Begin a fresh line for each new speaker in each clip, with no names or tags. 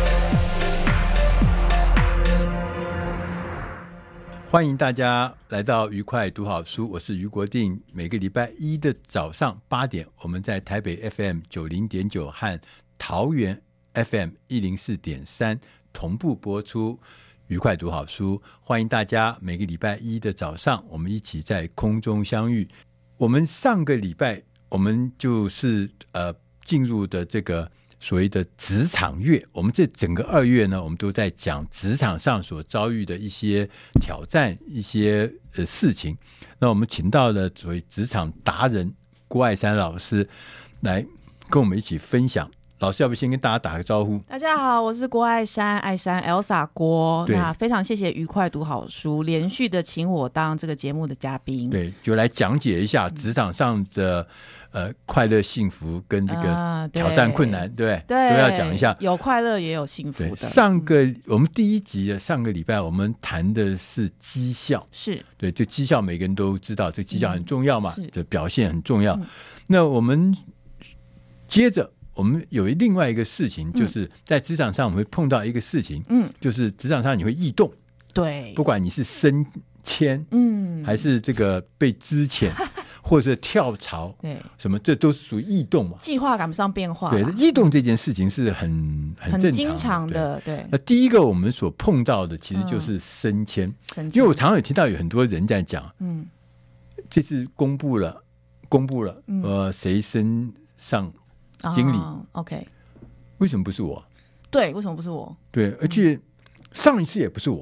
欢迎大家来到愉快读好书，我是于国定。每个礼拜一的早上八点，我们在台北 FM 九零点九和桃园 FM 一零四点三同步播出。愉快读好书，欢迎大家每个礼拜一的早上，我们一起在空中相遇。我们上个礼拜我们就是呃进入的这个所谓的职场月，我们这整个二月呢，我们都在讲职场上所遭遇的一些挑战、一些呃事情。那我们请到了所谓职场达人呃郭爱山老师来跟我们一起分享。老师，要不先跟大家打个招呼？
大家好，我是郭爱山，爱山 Elsa 郭。
对
那非常谢谢愉快读好书，连续的请我当这个节目的嘉宾。，
对，就来讲解一下
嗯
职场上的呃快乐、幸福跟这
啊
个
对
挑战、困难，对不
对，
都要讲一下。
有快乐也有幸福
对，
的。
上个
嗯
我们第一集的上个礼拜，我们谈的是绩效。
是
对，这绩效每个人都知道，这绩效很重要嘛
嗯是，嗯
这、表现很重要。那我们接着，我们有另外一个事情，就是在职场上我们会碰到一个事情，
嗯，
就是职场上你会异动，
对
不，管你是升迁，
嗯，
还是这个被资 遣，或者是跳槽，
对，
什么，这都是属于异动嘛。
计划赶不上变化
对
啦，，
异动这件事情是很很
很
正常
经常的，对
对。，那第一个我们所碰到的其实就是
嗯
升迁，
神
因为我
经，
常常有听到有很多人在讲，
嗯，
这次公布了，公布了，
嗯
呃，谁升上经理
啊，OK，
为什么不是我？
对，为什么不是我？
对，而且
嗯
上一次也不是我，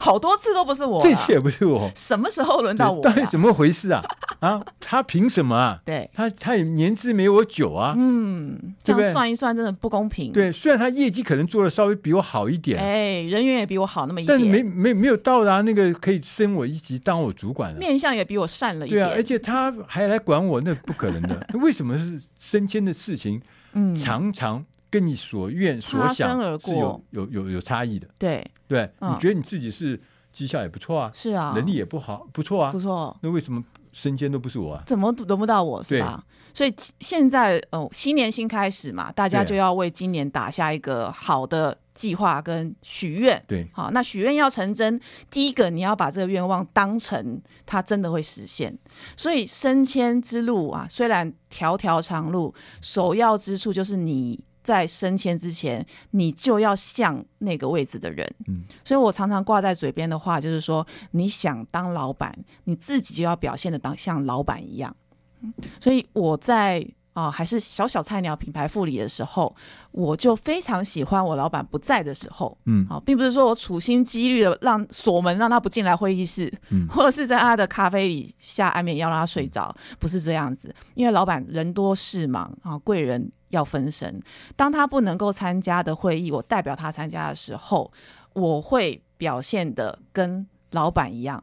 好多次都不是我啦，啊
这次也不是我，
什么时候轮到我
对
啦？
到底怎么回事啊？啊，他凭什么啊？
对，
他他也年资没我久啊，
嗯，
对
这
不对
样算一算真的不公平。，
对，虽然他业绩可能做的稍微比我好一点，
哎，人缘也比我好那么一
但是没
点，
没没有到达那个可以升我一级当我主管的。
面相也比我善了一
对
点。
啊，而且他还来管我，那不可能 的。那为什么是升迁的事情，
嗯，
常常跟你所愿所
擦身
想
而
是有
过
有有有差异的？
对，
对，
嗯
你觉得你自己是绩效也不错啊，
是啊，
能力也不好，不错啊
不，错，
那为什么升迁都不是我啊？
怎么轮不到我是吧？所以其现在哦，新年新开始嘛，大家
对
就要为今年打下一个好的计划跟许愿。
对，
好，那许愿要成真，第一个你要把这个愿望当成它真的会实现。所以升迁之路啊，虽然条条长路，首要之处就是你在升迁之前，你就要像那个位置的人。
嗯，
所以我常常挂在嘴边的话就是说，你想当老板，你自己就要表现的当像老板一样。嗯所以我在。啊、还是小小菜鸟品牌副理的时候，我就非常喜欢我老板不在的时候，
嗯
好，并不是说我处心积虑的让锁门让他不进来会议室，
嗯
或者是在他的咖啡里下安眠药让他睡着，不是这样子。因为老板人多事忙啊，贵人要分身。当他不能够参加的会议，我代表他参加的时候，我会表现的跟老板一样。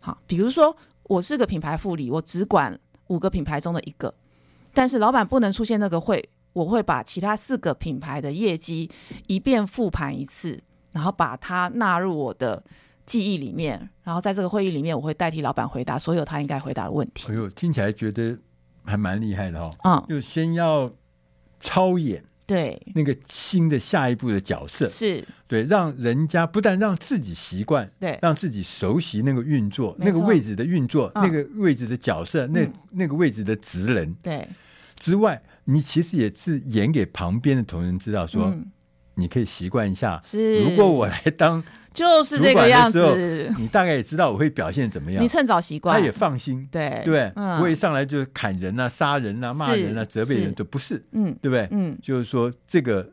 好，比如说我是个品牌副理，我只管五个品牌中的一个，但是老板不能出现那个会，我会把其他四个品牌的业绩一遍复盘一次，然后把它纳入我的记忆里面，然后在这个会议里面，我会代替老板回答所有他应该回答的问题
哎。呦，听起来觉得还蛮厉害的哦。
嗯，
就先要操演
对，
那个新的下一步的角色，
是，
对，让人家不但让自己习惯，
对，
让自己熟悉那个运作，
没
那
错
个位置的运作，
嗯
那个位置的角色，那
嗯
那个位置的职能
对，
之外，你其实也是演给旁边的同仁知道说，
嗯
你可以习惯一下。
是
如果我来当
就是这个样子，
你大概也知道我会表现怎么样
你，趁早习
他
惯
也，放心，
对
对不对，
嗯
不会上来就砍人啊、杀人啊、骂人啊、
是
责备人，
是
这不是，
嗯
对不对？
嗯，
就是说这个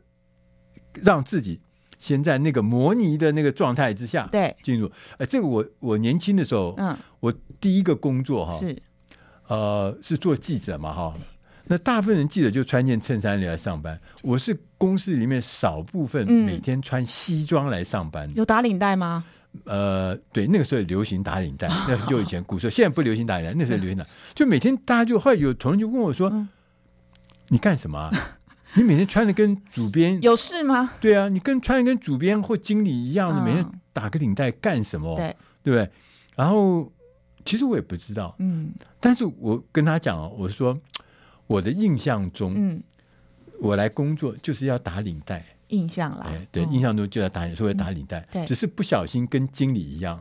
让自己先在那个模拟的那个状态之下
对，
进入。呃，这个我我年轻的时候，
嗯
我第一个工作哈，
是
呃，是做记者嘛哈。那大部分人记者就穿件衬衫来上班，我是公司里面少部分
嗯
每天穿西装来上班的。
有打领带吗？
呃，对，那个时候流行打 领带，那很久以前古时候，现在不流行打领带，那时候流行打，就每天大家就会有同仁就问我说：“
嗯
你干什么啊、你每天穿的跟主编
有事吗？
对啊，你跟穿的跟主编或经理一样，你每天
嗯
打个领带干什么？
对，
对不对？然后其实我也不知道，
嗯
但是我跟他讲哦，我说我的印象中，
嗯，
我来工作就是要打领带，
印象啦
哎，，对，
嗯
印象中就要打，所谓打领带，
对
只是不小心跟经理一样，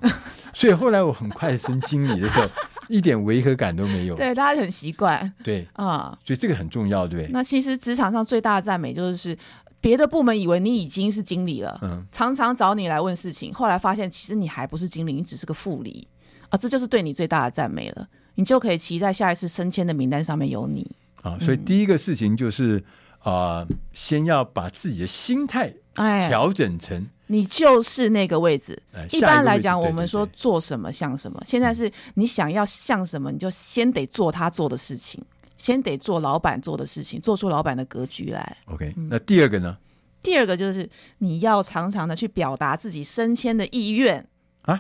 所以后来我很快升经理的 时候，一点违和感都没有，
对，大家很习惯
对
啊。
所以这个很重要，对不对，
那其实职场上最大的赞美就是，别的部门以为你已经是经理了，
嗯
常常找你来问事情，后来发现其实你还不是经理，你只是个副理啊，这就是对你最大的赞美了。你就可以期待下一次升迁的名单上面有你。
啊，所以第一个事情就是啊、先要把自己的心态
哎，
调整成。
你就是那个位置
哎。
一
下一个
般
位
来
置
讲，
对
我们
对
说
对
做什么像什么，现在是你想要像什么，你就先得做他做的事情，先得做老板做的事情，做出老板的格局来。
OK，那第二个呢？
第二个就是你要常常的去表达自己升迁的意愿，
啊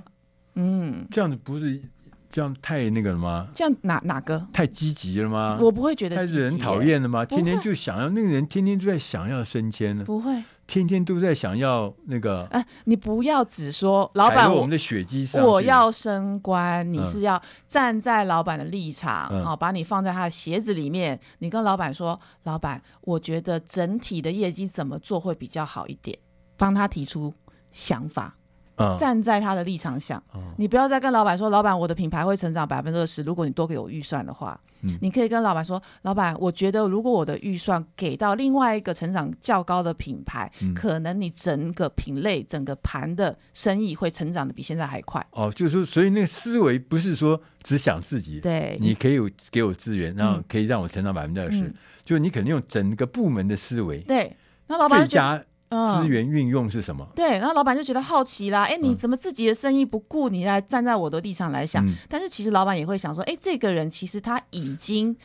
嗯
这样子不是这样太那个了吗？
这样哪哪个？
太积极了吗？
我不会觉得
太
积极
惹人
耶
讨，厌了吗？
不会
天天就想要那个人，天天就在想要升迁呢，
不会。
天天都在想要那个
哎、你不要只说老
踩
板
落我
我
们的血迹上去。
我要升官，你
嗯
是要站在老板的立场，
嗯
好、把你放在他的鞋子里面。你跟老板说，老板，我觉得整体的业绩怎么做会比较好一点，帮他提出想法，
嗯
站在他的立场想。
嗯
你不要再跟老板说，老板，我的品牌会成长百分之二十，如果你多给我预算的话，
嗯
你可以跟老板说，老板，我觉得如果我的预算给到另外一个成长较高的品牌，
嗯
可能你整个品类、整个盘的生意会成长的比现在还快。
哦，就是说，所以那个思维不是说只想自己，
对，
你可以有给我资源，然后可以让我成长百分之二十
嗯，
就你肯定用整个部门的思维，
对，然后老板
最
就觉得
佳
嗯
资源运用是什么？
对，然后老板就觉得好奇啦，哎，你
嗯
怎么自己的生意不顾，你来站在我的立场来想？
嗯
但是其实老板也会想说，哎，这个人其实他已经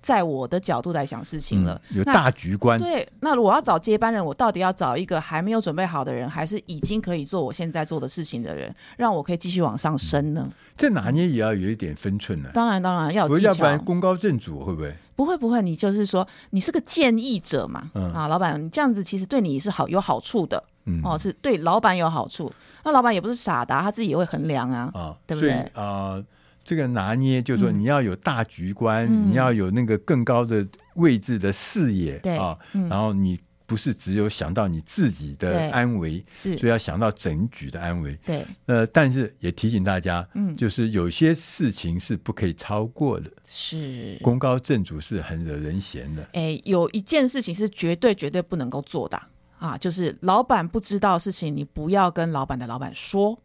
在我的角度来想事情了，
嗯有
那
大局观，
对，那我要找接班人，我到底要找一个还没有准备好的人，还是已经可以做我现在做的事情的人，让我可以继续往
嗯
上升呢？
这拿捏也要有一点分寸呢。
当然，当然要有
不
技
要不然
巧。
功高震主会不会？
不会，不会，你就是说你是个建议者嘛，
嗯
啊，老板，你这样子其实对你是好有好处的，
嗯
哦，是对老板有好处。那老板也不是傻的啊、他自己也会衡量啊。
啊，
对不
所以
对
啊，这个拿捏就是说
嗯
你要有大局观，
嗯
你要有那个更高的位置的视野
对
啊，
嗯
然后你不是只有想到你自己的
对
安危，
是
所以要想到整局的安危。
对，
呃，但是也提醒大家，
嗯
就是有些事情是不可以超过的，
是。
功高震主是很惹人嫌的。
哎，有一件事情是绝对绝对不能够做的啊啊，就是老板不知道的事情，你不要跟老板的老板说。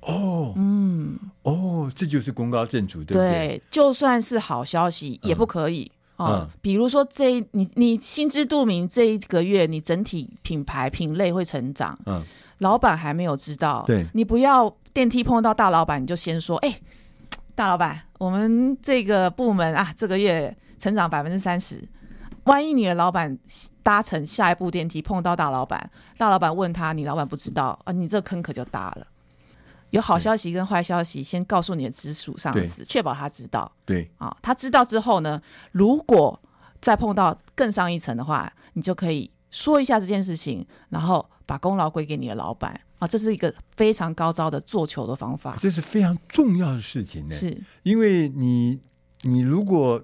哦
嗯，
哦，这就是功高震主，对不对？
对，就算是好消息也不可以。哦
嗯，
比如说这一你你心知肚明，这一个月你整体品牌品类会成长，
嗯，
老板还没有知道，
对
你不要电梯碰到大老板，你就先说，哎、大老板，我们这个部门啊，这个月成长百分之三十。万一你的老板搭乘下一部电梯碰到大老板，大老板问他，你老板不知道啊，你这坑可就大了。有好消息跟坏消息，先告诉你的直属上司，确保他知道
对，
啊。他知道之后呢，如果再碰到更上一层的话，你就可以说一下这件事情，然后把功劳归给你的老板啊。这是一个非常高招的做球的方法，
这是非常重要的事情呢。
是
因为你你如果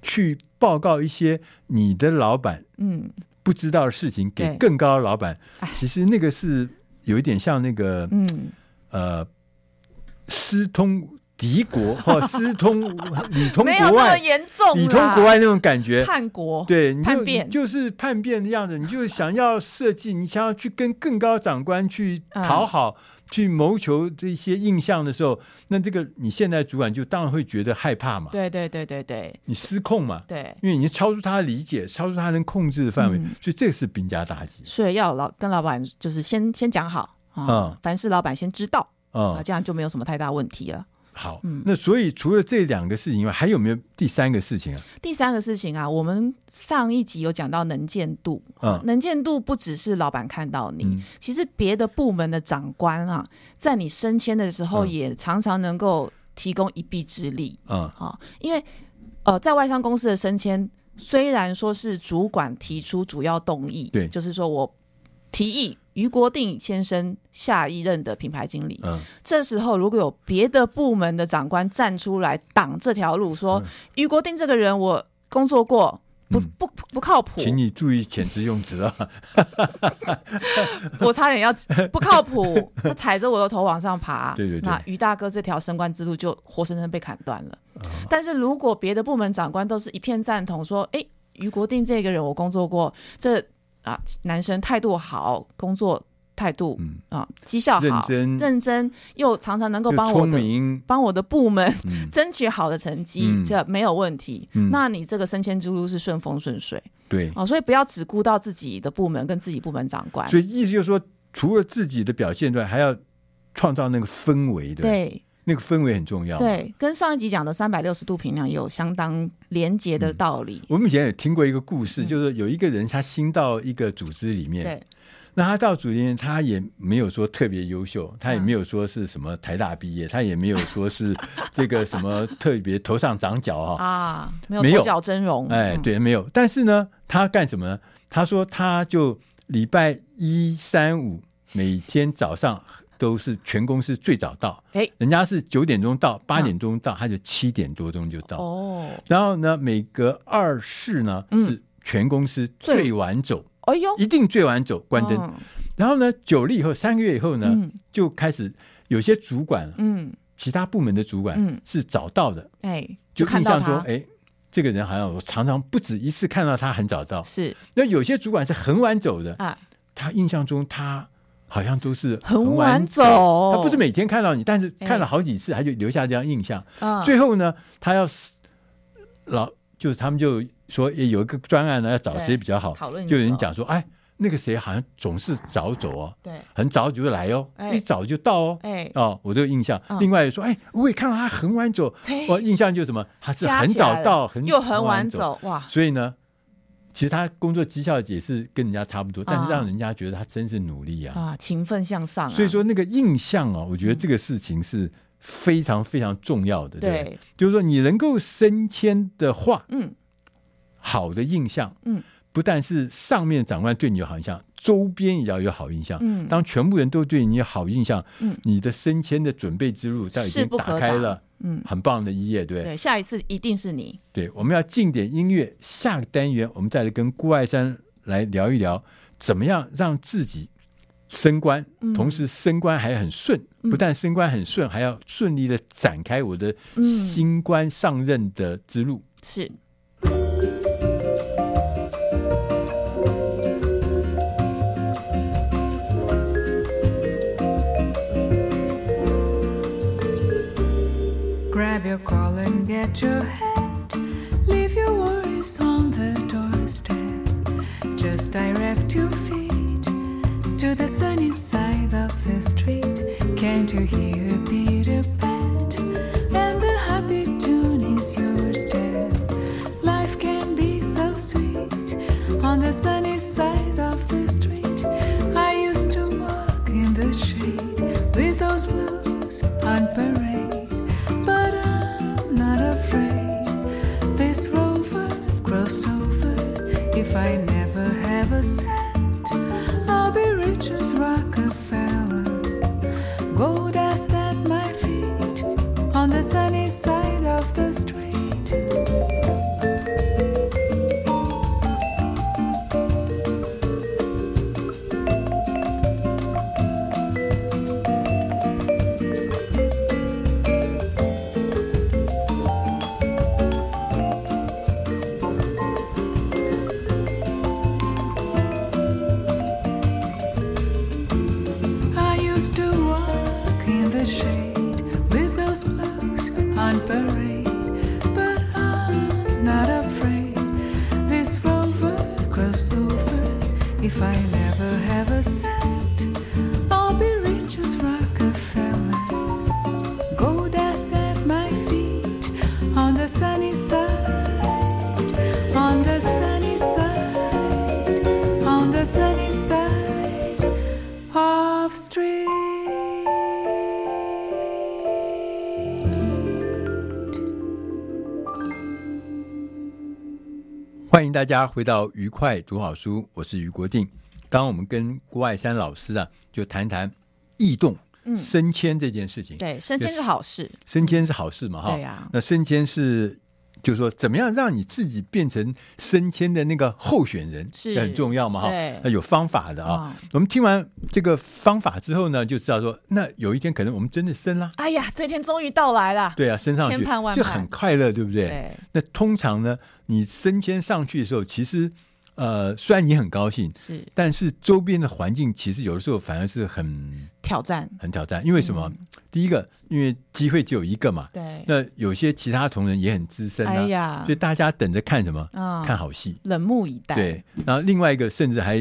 去报告一些你的老板
嗯，
不知道的事情给
对
更高的老板
哎，
其实那个是有一点像那个
嗯，
呃私通敌国或私通， 你通
没
国
有这么
外，
严重啦，
你通国外那种感觉，
叛国，
对，你就
叛变
你就是叛变的样子，你就是 想要设计，你想要去跟更高长官去
嗯
讨好，去谋求这些印象的时候，那这个你现在主管就当然会觉得害怕嘛，
对对对对对
你失控嘛，
对，
因为你超出他的理解，超出他能控制的范围，
嗯
所以这是兵家大忌
所以要老跟老板就是先先讲好啊，
嗯
凡是老板先知道
啊、
啊，这样就没有什么太大问题了。
好，
嗯
那所以除了这两个事情以外，还有没有第三个事情啊？
第三个事情啊，我们上一集有讲到能见度，
嗯
能见度不只是老板看到你，
嗯
其实别的部门的长官啊，在你升迁的时候
嗯
也常常能够提供一臂之力。
嗯
啊、因为呃，在外商公司的升迁，虽然说是主管提出主要动议，
对
就是说我提议于国定先生下一任的品牌经理，
嗯，
这时候如果有别的部门的长官站出来挡这条路，说于国定这个人我工作过。不
嗯
不不不靠谱，
请你注意遣词用词啊。
我差点要不靠谱，他踩着我的头往上爬。
对对对
那于大哥这条升官之路就活生生被砍断了。
啊
但是如果别的部门长官都是一片赞同，说：“哎，于国定这个人我工作过，这啊男生态度好，工作态度
嗯，
啊绩效好，
认真
认真又常常能够
又
帮我
聪
的
明，
帮我的部门
嗯，
争取好的成绩，
嗯
这没有问题。
嗯
那你这个升迁之路是顺风顺水
对，
哦，所以不要只顾到自己的部门跟自己部门长官。
所以意思就是说，除了自己的表现之外，还要创造那个氛围，对不对，
对，
那个氛围很重要。，
对，跟上一集讲的三百六十度评量也有相当连结的
嗯
道理。
我们以前也听过一个故事，就是有一个人他新到一个组织里面，
嗯对，
那他到组织里面，他也没有说特别优
嗯
秀，他也没有说是什么台大毕业，他也没有说是这个什么特别头上长角哈，
啊，没
没有
有头角峥嵘。
哎，
嗯，
对，没有。但是呢，他干什么呢？他说他就礼拜一、三、五每天早上都是全公司最早到，
哎，
人家是九点钟到，八点钟到，他就七点多钟就到。
啊哦，
然后呢，每隔二市呢
嗯
是全公司
最
最晚走，
哎呦，
一定最晚走，关灯。
嗯
然后呢，久了以后，三个月以后呢
嗯，
就开始有些主管，啊
嗯，
其他部门的主管
嗯
是早到的，
哎，
就
看
印
到
象说
他，，
哎，这个人好像我常常不止一次看到他很早到。
是
那有些主管是很晚走的，
啊，
他印象中他好像都是
很
晚
晚走
他不是每天看到你，但是
哎
看了好几次，他就留下这样印象。
嗯，
最后呢，他要是老就是他们就说诶有一个专案呢，要找谁比较好，
讨论
就有人
手
讲说，哎，那个谁好像总是早走哦，
对，
很早就来哦，
哎
一早就到哦。
哎，
哦，我都有印象。
嗯
另外说，哎，我也看到他很晚走，
嘿
我印象就是什么，他是
加
很
起来
早
了
到，很
又很
晚
晚走，哇，
所以呢，其实他工作绩效也是跟人家差不多，但是
啊
让人家觉得他真是努力啊。
啊，勤奋向上啊，
所以说那个印象啊，我觉得
嗯
这个事情是非常非常重要的。对不对，
对，
就是说你能够升迁的话，
嗯，
好的印象，
嗯，
不但是上面长官对你有好印象，周边也要有好印象。
嗯
当全部人都对你有好印象，
嗯
你的升迁的准备之路倒已
势
经
不
打
可
开了
挡，。嗯，
很棒的一页，对不对
对，下一次一定是你，
对，我们要进点音乐，下个单元我们再来跟顾爱山来聊一聊，怎么样让自己升官，
嗯
同时升官还很顺，
嗯
不但升官很顺，还要顺利的展开我的
嗯
新官上任的之路。
是
Grab your collar and get your hat. Leave your worries on the doorstep. Just direct your feet to the sunny side of the street. Can't you hear Peter Pat? And the happy tune is your step. Life can be so sweet on the sunny side of the street. I used to walk in the shade with those blues on parade. But I'm not afraid. This rover crossed over. If I never have a cent, I'll be rich as Rockefeller. Gold dust at my feet on the sunny side of the street. If I never have a cent, I'll be rich as Rockefeller. Gold dust at my feet on the sunny side, on the sunny side, on the sunny side of street.
欢迎大家回到愉快读好书，我是于国定。刚刚我们跟郭爱山老师啊，就谈谈异动、升迁这件事情。
嗯对，升迁是好事，
升迁是好事嘛？哈，
对啊呀
那升迁是，就是说怎么样让你自己变成升迁的那个候选人，
是
也很重要嘛？哈
对，
那有方法的啊
嗯。
我们听完这个方法之后呢，就知道说，那有一天可能我们真的升啦，
哎呀，这天终于到来 了。
对啊，升上去
千盼万
就
盼
很快乐，对不对？
对
那通常呢，你升迁上去的时候，其实呃，虽然你很高兴，
是
但是周边的环境其实有的时候反而是很
挑战，
很挑战，因为什么？第一个，因为机会只有一个嘛。
嗯对，
那有些其他同仁也很资深啊，
哎呀
所以大家等着看什么？
啊
看好戏。
冷漠以待。
对，然后另外一个甚至还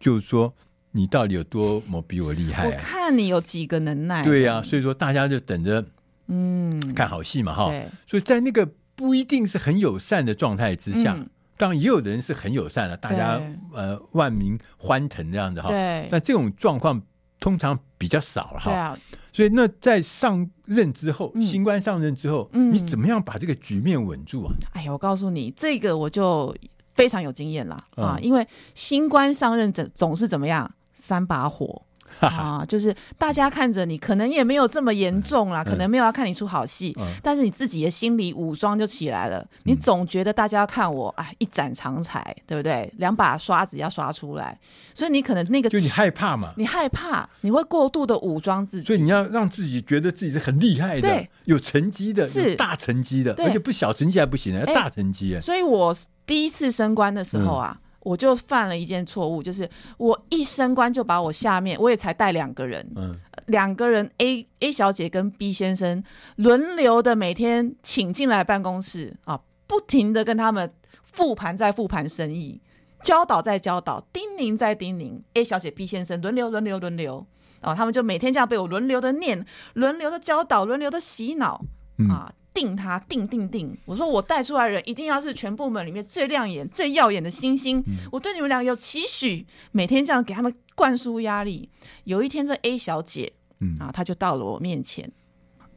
就是说，你到底有多么比我厉害
我
啊？
看你有几个能耐。
对呀、所以说大家就等着
嗯，
看好戏嘛，哈、
对
所以在那个不一定是很友善的状态之下，
嗯
当然也有的人是很友善的，大家
对
呃万民欢腾这样子哈。
对
那这种状况通常比较少了哈。
对啊，
所以那在上任之后，
嗯
新官上任之后，
嗯
你怎么样把这个局面稳住啊？
哎呀，我告诉你，这个我就非常有经验啦、
嗯
啊，因为新官上任总总是怎么样，三把火。啊，就是大家看着你，可能也没有这么严重啦，可能没有要看你出好戏，
嗯
但是你自己的心理武装就起来了。你总觉得大家要看我，哎，一展长才，对不对？两把刷子要刷出来，所以你可能那个
就你
气
害怕嘛，
你害怕，你会过度的武装自己，
所以你要让自己觉得自己是很厉害的
对，
有成绩的，
是
有大成绩的，
对
而且不小成绩还不行，要
哎
大成绩。哎
所以我第一次升官的时候
嗯
啊，我就犯了一件错误，就是我一升官就把我下面我也才带两个人，
嗯，
两个人 A A 小姐跟 B 先生轮流的每天请进来办公室啊，不停的跟他们复盘再复盘生意，教导再教导，叮咛再叮咛，A 小姐、B 先生轮流轮流轮流。啊，他们就每天这样被我轮流的念，轮流的教导，轮流的洗脑，
嗯
啊，定他定定定。我说我带出来的人一定要是全部门里面最亮眼、最耀眼的星星。我对你们两个有期许，每天这样给他们灌输压力。有一天，这 A 小姐，
嗯
啊，她就到了我面前，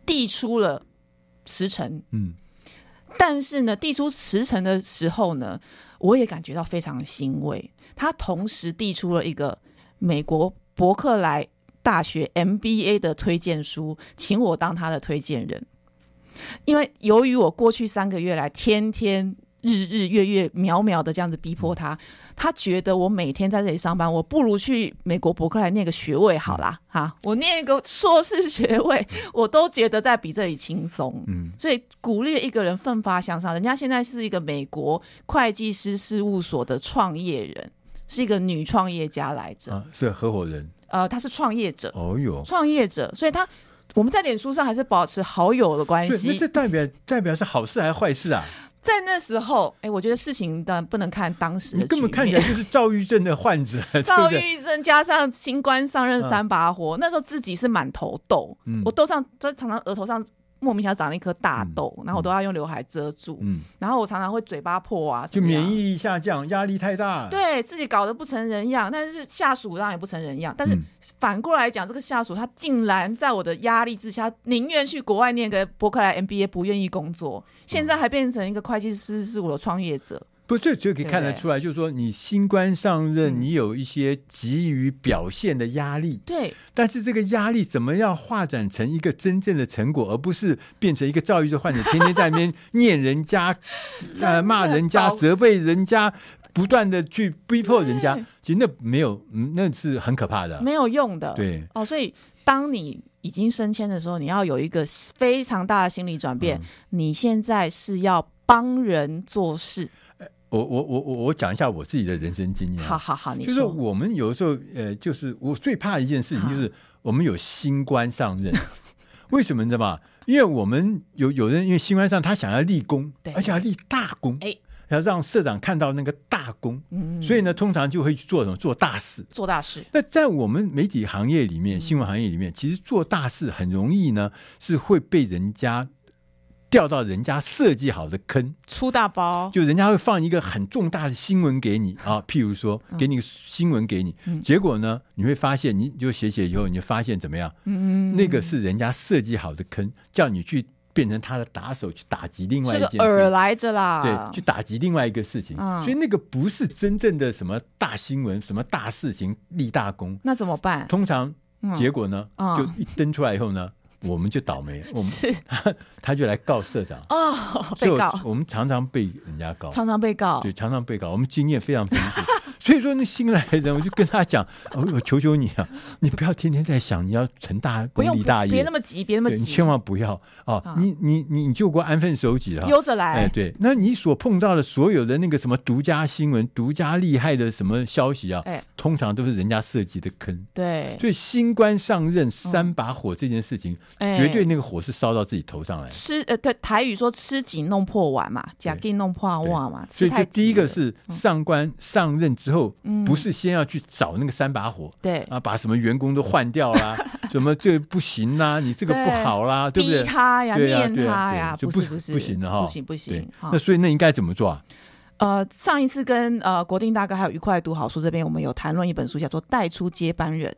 递出了辞呈。
嗯，
但是呢，递出辞呈的时候呢，我也感觉到非常欣慰。她同时递出了一个美国伯克莱大学 MBA 的推荐书，请我当她的推荐人。因为由于我过去三个月来天天日日月月秒秒的这样子逼迫他，他觉得我每天在这里上班，我不如去美国伯克莱念个学位好啦，哈，我念一个硕士学位，我都觉得在比这里轻松。
嗯，
所以鼓励一个人奋发向上，人家现在是一个美国会计师事务所的创业人，是一个女创业家来着，
啊，是合伙人。
呃，她是创业者，
哦哟，
创业者，所以她我们在脸书上还是保持好友的关
所以
系。
那这代表代表是好事还是坏事啊？
在那时候，哎、我觉得事情当然不能看当时的
你根本
局
看起
面
来 就是躁郁症的患者，对不
赵
对？
玉珍加上新官上任
嗯
三把火，那时候自己是满头痘，
嗯
我痘上就常常额头上莫名其妙长了一颗大痘，然后我都要用刘海遮住，
嗯，
然后我常常会嘴巴破啊，
就
什么呀
免疫力下降，压力太大。，
对自己搞得不成人样，但是下属当然也不成人样。但是
嗯
反过来讲，这个下属他竟然在我的压力之下，宁愿去国外念个伯克莱 MBA，不愿意工作，
嗯
现在还变成一个会计师事务的创业者。
不，这就可以看得
对不对
出来，就是说你新官上任，
嗯
你有一些急于表现的压力，
对，
但是这个压力怎么样化展成一个真正的成果，而不是变成一个躁郁症患者，天天在 那边念人家、呃
的
骂人家、
搞
责备人家，不断的去逼迫人家
对。
其实那没有，嗯那是很可怕的。
没有用的。
对
哦，所以当你已经升迁的时候，你要有一个非常大的心理转
嗯
变。你现在是要帮人做事，
我我我我我讲一下我自己的人生经验啊。
好好好，你
就是
说
我们有的时候，呃，就是我最怕的一件事情，就是我们有新官上任，为什么你知道吗？因为我们有有人因为新官上他想要立功
对，
而且要立大功，
哎
要让社长看到那个大功，
嗯
所以呢，通常就会去做什么做大事。
做大事，
那在我们媒体行业里
嗯
面，新闻行业里面，其实做大事很容易呢，是会被人家掉到人家设计好的坑，
出大包，
就人家会放一个很重大的新闻给你 啊，譬如说
嗯
给你个新闻给你，结果呢，你会发现，你就写写以后，你就发现怎么样？
嗯
那个是人家设计好的坑，叫你去变成他的打手去打击另外
这
一
个
件事
饵
情。
来着啦，
对，去打击另外一个事情，
嗯
所以那个不是真正的什么大新闻、什么大事情、立大功，
那怎么办？
通常
嗯
结果呢，
嗯
就一登出来以后 呢，我们就倒霉，我们
是
他就来告社长，
哦，
所以
被
我
告
我们常常被人家告，
常常被告
对，，常常被告，我们经验非常丰富。 所以说，那新来的人，我就跟他讲，哦我求求你 啊，你不要天天在想你要成大
不
功
用
立大业，
别那么急，别那么
对你
急，
千万不要啊！
啊
你你你你就给我安分守己啊！
悠着来，
哎，对，那你所碰到的所有的那个什么独家新闻、独家厉害的什么消息啊，
哎
通常都是人家设计的坑。
对，嗯
所以新官上任三把火这件事情，
哎
绝对那个火是烧到自己头上来。
吃呃，对，台语说吃紧弄破碗嘛，假给弄破碗嘛，
所
吃
以
太
这第一
急
个
了
是上官上任之后，
嗯
不是先要去找那个三把火
对，
啊，把什么员工都换掉啦， 什么这不行啦，你这个不
对
好啦，对不
逼
对？
他呀，
对啊
念
对啊
他
对啊
呀，
就
不
不
是是
不行了哈
不行不行
对，
哈
那所以那应该怎么做啊？
呃，上一次跟呃国定大哥还有愉快读好书这边，我们有谈论一本书，叫做《带出接班人》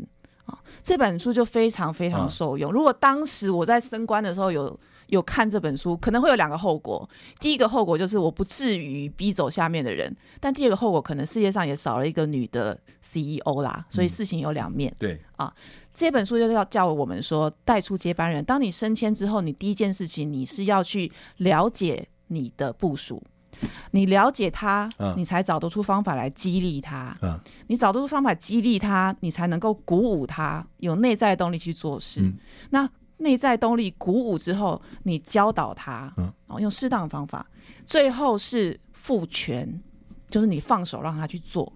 啊、这本书就非常非常
嗯
受用。如果当时我在升官的时候有有看这本书，可能会有两个后果。第一个后果就是我不至于逼走下面的人，但第二个后果可能世界上也少了一个女的 CEO 啦。所以事情有两面。
对，
这本书就是要教我们说，带出接班人。当你升迁之后，你第一件事情你是要去了解你的部署，你了解他，
嗯
你才找得出方法来激励他。
嗯
你找得出方法激励他，你才能够鼓舞他，有内在动力去做事。
嗯
那内在动力鼓舞之后，你教导他，
嗯
哦，用适当的方法，最后是赋权，就是你放手让他去做，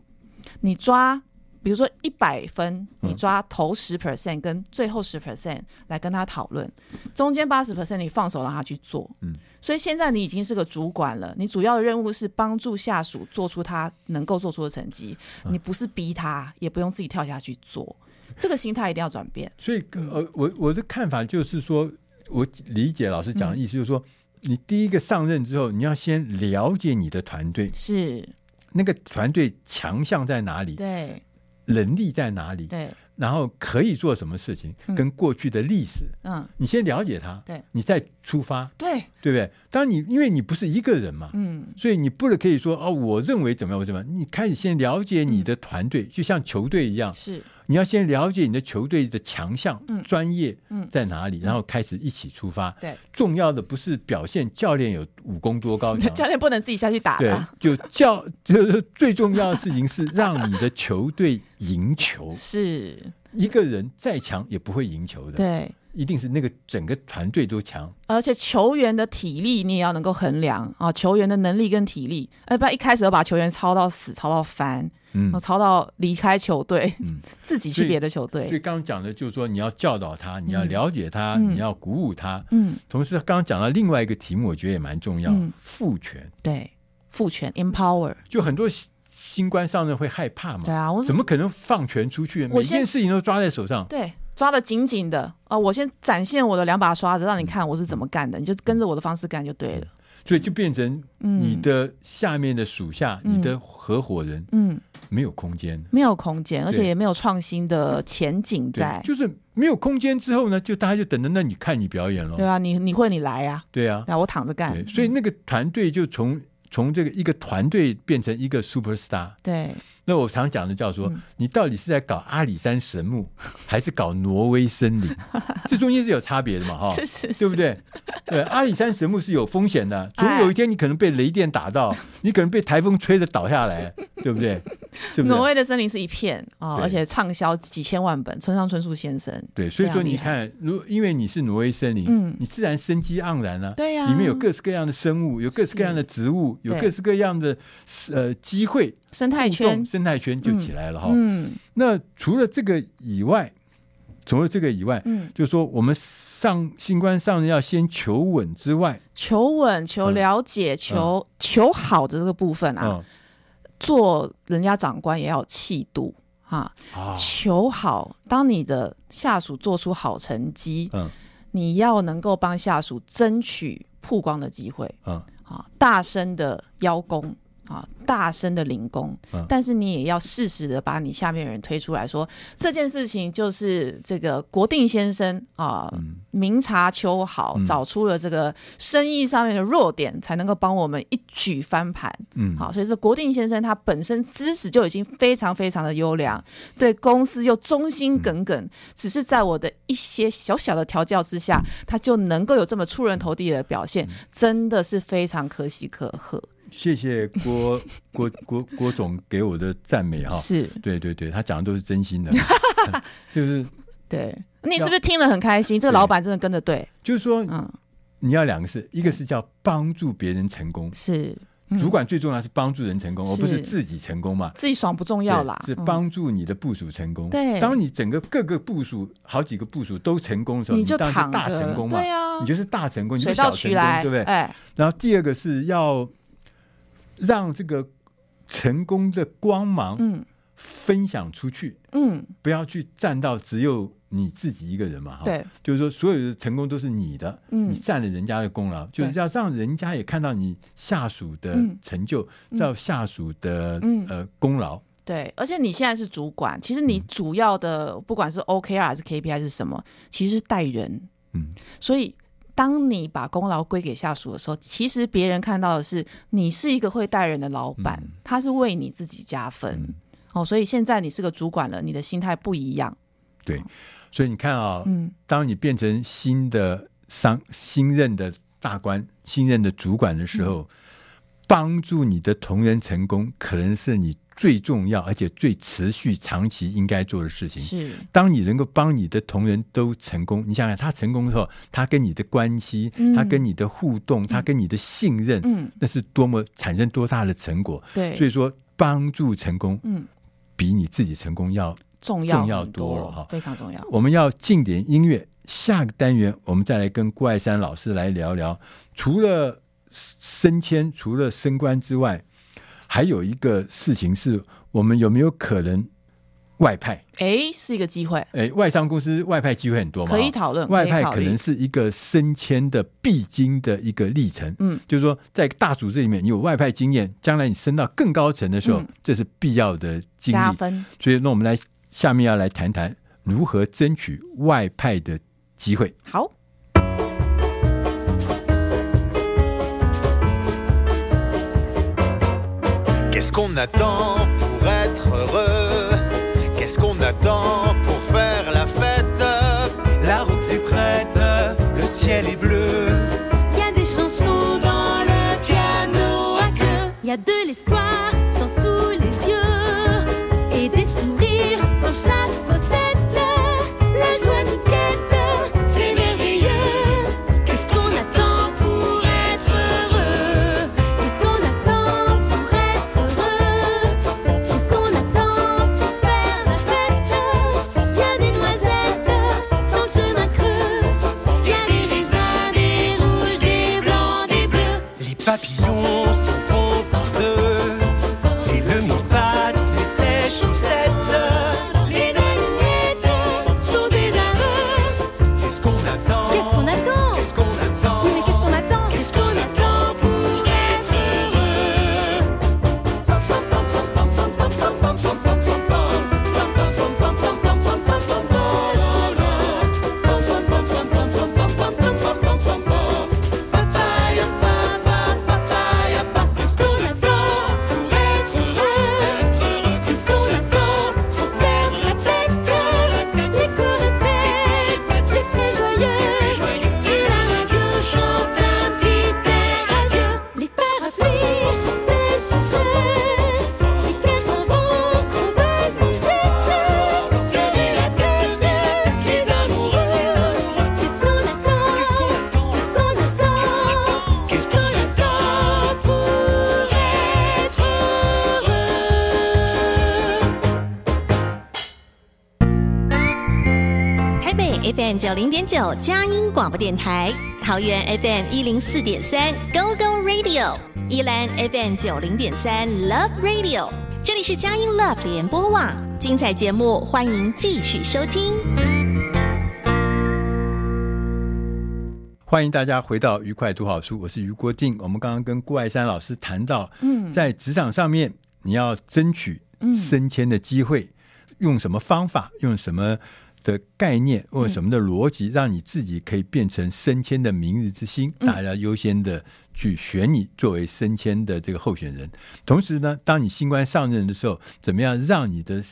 你抓。比如说一百分，
嗯
你抓头十 percent 跟最后十 percent 来跟他讨论，中间八十 percent 你放手让他去做。
嗯，
所以现在你已经是个主管了，你主要的任务是帮助下属做出他能够做出的成绩，
嗯
你不是逼他，也不用自己跳下去做，这个心态一定要转变。
所以呃，我我的看法就是说，我理解老师讲
嗯
的意思就是说，你第一个上任之后，你要先了解你的团队，
是，
那个团队强项在哪里，
对
能力在哪里，
对，
然后可以做什么事情，
嗯
跟过去的历史，
嗯，
你先了解它，
对
你再出发，
对，
对不对？当然你因为你不是一个人嘛，
嗯，
所以你不能可以说哦，我认为怎么样，我怎么样。你开始先了解你的团
嗯
队，就像球队一样，
是
你要先了解你的球队的强项、
嗯
专业
嗯
在哪里，然后开始一起出发。
对。
重要的不是表现教练有武功多 高强，
教练不能自己下去打
对
的，，。
就教就是最重要的事情是让你的球队赢球
是，
一个人再强也不会赢球的，
对。
一定是那个整个团队都强。
而且球员的体力你也要能够衡量啊，球员的能力跟体力，呃，不然一开始要把球员操到死，操到翻，
嗯
哦，操到离开球队，
嗯
自己
所
去
以
别的球
所以
队。
刚刚讲的就是说，你要教导他，你要
嗯
了解他，
嗯
你要鼓舞他。
嗯，
同时，刚刚讲到另外一个题目，我觉得也蛮重要，
嗯
赋权。
对，赋权 empower，
就很多新新官上任会害怕嘛，
对啊，我
怎么可能放权出去？每
我先嗯
件事情都抓在手上。
对，抓的紧紧的啊、呃我先展现我的两把刷子，让你看我是怎么干的，你就跟着我的方式干就对了。
所以就变成
嗯
你的下面的属下、
嗯
你的合伙人
嗯，
没有空间，
没有空间，而且
对
也没有创新的前景
对
在，，
就是没有空间之后呢，就大家就等着那你看你表演
对
咯。
啊，你你会你来啊，
对啊，
那我躺着干
对，，所以那个团队就从从这个一个团队变成一个 super star。
对
那我常讲的叫说
嗯，
你到底是在搞阿里山神木，还是搞挪威森林？这中间是有差别的嘛，哈。
是是是，
对不？对？对，阿里山神木是有风险的，总有一天你可能被雷电打到，你可能被台风吹着倒下来，对不对？是不
挪
是？
威的森林是一片哦，
对
而且畅销几千万本，村上春树先生。
对，所以
非
说
常
你
厉害，
看，如因为你是挪威森林，
嗯
你自然生机盎然啊。
对呀
里面有各式各样的生物，有各式各样的植物，有
对
各式各样的呃机会，
生态
互动
圈，
生态圈就起来了哈。
嗯，
那除了这个以外，除了这个以外，
嗯，
就是说我们上新官上任要先求稳之外，
求稳、求了解、求求好的这个部分啊，
嗯
做人家长官也要有气度啊。
啊，
求好，当你的下属做出好成绩，
嗯
你要能够帮下属争取曝光的机会
嗯
啊，大声的邀功啊，大声的领功，
嗯
但是你也要适时的把你下面的人推出来说，这件事情就是这个国定先生啊，明察秋毫，
嗯
找出了这个生意上面的弱点，才能够帮我们一举翻盘。
嗯，
好，所以是国定先生他本身知识就已经非常非常的优良，对公司又忠
嗯
心耿耿，只是在我的一些小小的调教之下，他就能够有这么出人头地的表现，
嗯
真的是非常可喜可贺。
谢谢郭 郭郭郭总给我的赞美哈，
是
对对对，他讲的都是真 心的，就是
对，你是不是听了很开心？这个老板真的跟着对，
就是说
嗯，
你要两个事，一个是叫帮助别人成功，
是嗯
主管最重要是帮助人成功，而不
是
是自己成功嘛。
自己爽不重要啦，
对是
嗯
帮助你的部署成功。
对
当你整个各个部署好几个部署都成功的时候，
你
你
就
当然
躺
是
着，
大成功嘛，
对啊，
你就是大成功，你就
水
是
到
小
渠
成
来，
功，对不对？
哎，
然后第二个是要让这个成功的光芒
嗯
分享出去，
嗯，
不要去站到只有你自己一个人嘛，哈。
对，
就是说，所有的成功都是你的，
嗯
你占了人家的功劳，就是要让人家也看到你下属的
嗯
成就，
嗯
照下属的、
嗯
呃功劳，
对，而且你现在是主管，其实你
嗯
主要的不管是 OKR 还是 KPI 是什么，其实是带人。
嗯，
所以当你把功劳归给下属的时候，其实别人看到的是你是一个会带人的老板，
嗯
他是为你自己加分。
嗯
哦，所以现在你是个主管了，你的心态不一样。
对。所以你看啊、
嗯
当你变成新的上新任的大官、新任的主管的时候，
嗯
帮助你的同仁成功，可能是你最重要而且最持续、长期应该做的事情。
嗯是，
当你能够帮你的同仁都成功，你想想他成功的时候，他跟你的关系，
嗯
他跟你的互动，他跟你的信任，
嗯，
那是多么产生多大的成果。
对，
所以说，帮助成功
嗯，
比你自己成功要。
重要
重要
很
多了哈
非常重要。
我们要进点音乐，下个单元我们再来跟郭爱山老师来聊聊，除了升迁、除了升官之外，还有一个事情是我们有没有可能外派？
哎，是一个机会，
诶，外商公司外派机会很多嘛，
可以
哈
讨论，
外
可以
派
考
可
虑
能是一个升迁的必经的一个历程，
嗯，
就是说在大组织里面，你有外派经验，将来你升到更高层的时候，
嗯
这是必要的经
加
历。
分。
所以，那我们来下面要来谈谈如何争取外派的机会。
好，
Qu'est-ce qu'on attend pour être heureux Qu'est-ce qu'on attend pour faire la fête La route est prête, le ciel est bleu.
Il y a des chansons dans le piano à queue. Il y a de l'espoir dans tous les yeux. Et des sourires dans chaque fossette. La joie nous guette, c'est merveilleux. Qu'est-ce qu'on attend pour être heureux Qu'est-ce qu'on attend pour être heureux Qu'est-ce qu'on attend pour faire la fête Il y a des noisettes dans le chemin creux. Il y a des raisins, des rouges, des blancs, des bleus.
Les papillons s'en vont par deux.
FM 九零点九佳音广播电台，桃园 FM 一零四点三 Go Go Radio，宜兰 FM 九零点三 Love Radio。这里是佳音 Love 联播网，精彩节目欢迎继续收听。
欢迎大家回到愉快读好书，我是于国定。我们刚刚跟郭爱山老师谈到，嗯，在职场上面你要争取升迁的机会，用什么方法，用什么的概念，或者什么的逻辑，让你自己可以变成升迁的明日之星，大家优先的去选你作为升迁的这个候选人。同时呢，当你新官上任的时候，怎么样让你的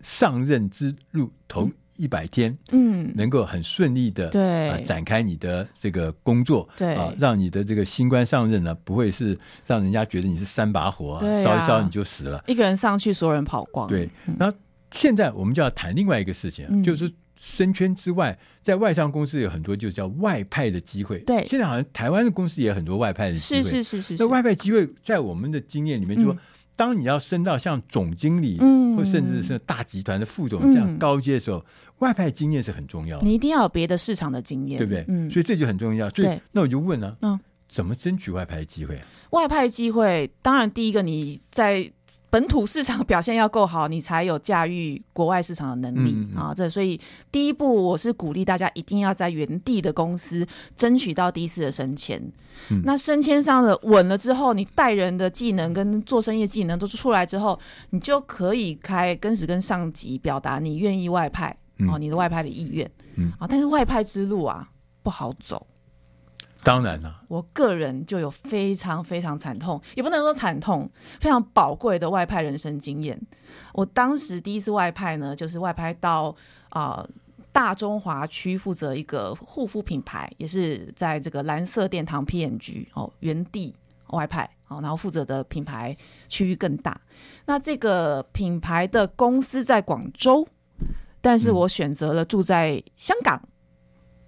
上任之路头一百天，
嗯，
能够很顺利的
对
啊展开你的这个工作，
对
啊，让你的这个新官上任呢，不会是让人家觉得你是三把火、
对啊
烧一烧你就死了。
一个人上去，所有人跑光。
对，那现在我们就要谈另外一个事情，
嗯
就是升圈之外，在外商公司有很多就叫外派的机会。
对
现在好像台湾的公司也有很多外派的机会。
是是是是是
那，外派机会在我们的经验里面，就说、当你要升到像总经理，
嗯
或甚至是大集团的副总这样
嗯
高阶的时候，外派经验是很重要的。
你一定要有别的市场的经验，
对不对？
嗯
所，以这就很重要。所以
对
那我就问了、啊
嗯
怎么争取外派机会啊？
外派机会，当然第一个你在本土市场表现要够好，你才有驾驭国外市场的能力、
嗯嗯嗯
啊。这所以第一步，我是鼓励大家一定要在原地的公司争取到第一次的升迁。
嗯
那升迁上了稳了之后，你带人的技能跟做生意的技能都出来之后，你就可以开跟始跟上级表达你愿意外派、
嗯
哦，你的外派的意愿、
嗯
啊。但是外派之路啊不好走。
当然了、
我个人就有非常非常惨痛，也不能说惨痛，非常宝贵的外派人生经验。我当时第一次外派呢，就是外派到啊、呃大中华区负责一个护肤品牌，也是在这个蓝色殿堂 P&G 哦原地外派哦，然后负责的品牌区域更大。那这个品牌的公司在广州，但是我选择了住在香港、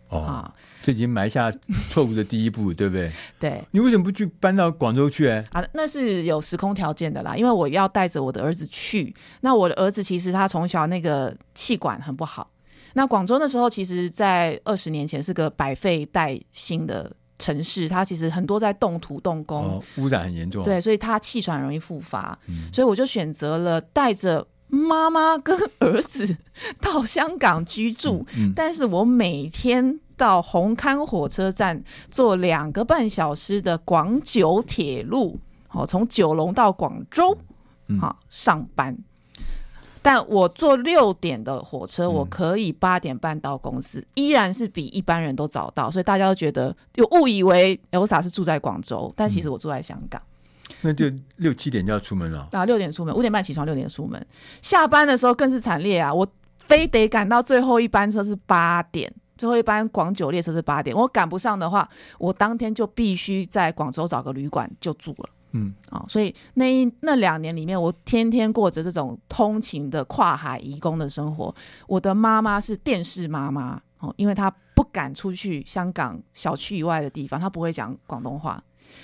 哦，
啊，
这已经埋下错误的第一 步，对不对？
对。
你为什么不去搬到广州去、哎，
啊，那是有时空条件的啦，因为我要带着我的儿子去。那我的儿子其实他从小那个气管很不好。那广州那时候，其实，在二十年前是个百废待兴的城市，它其实很多在动土动工，
哦，污染很严重。嗯
对，所以他气喘容易复发，所以我就选择了带着妈妈跟儿子 到香港居住，
嗯嗯
但是我每天。到红磡火车站坐两个半小时的广九铁路，哦，从九龙到广州，
嗯
好、上班。但我坐六点的火车，
嗯
我可以八点半到公司，依然是比一般人都早到，所以大家都觉得有误以为 Elsa 是住在广州，但
嗯
其实我住在香港。
那就六七点就要出门了。
啊，六点出门，五点半起床，六点出门。下班的时候更是惨烈啊！我非得赶到最后一班车是八点，最后一班广九列车是八点。我赶不上的话，我当天就必须在广州找个旅馆就住了。
嗯，
啊、所以那一那两年里面，我天天过着这种通勤的跨海移工的生活。我的妈妈是电视妈妈哦，因为她不敢出去香港小区以外的地方，她不会讲广东话。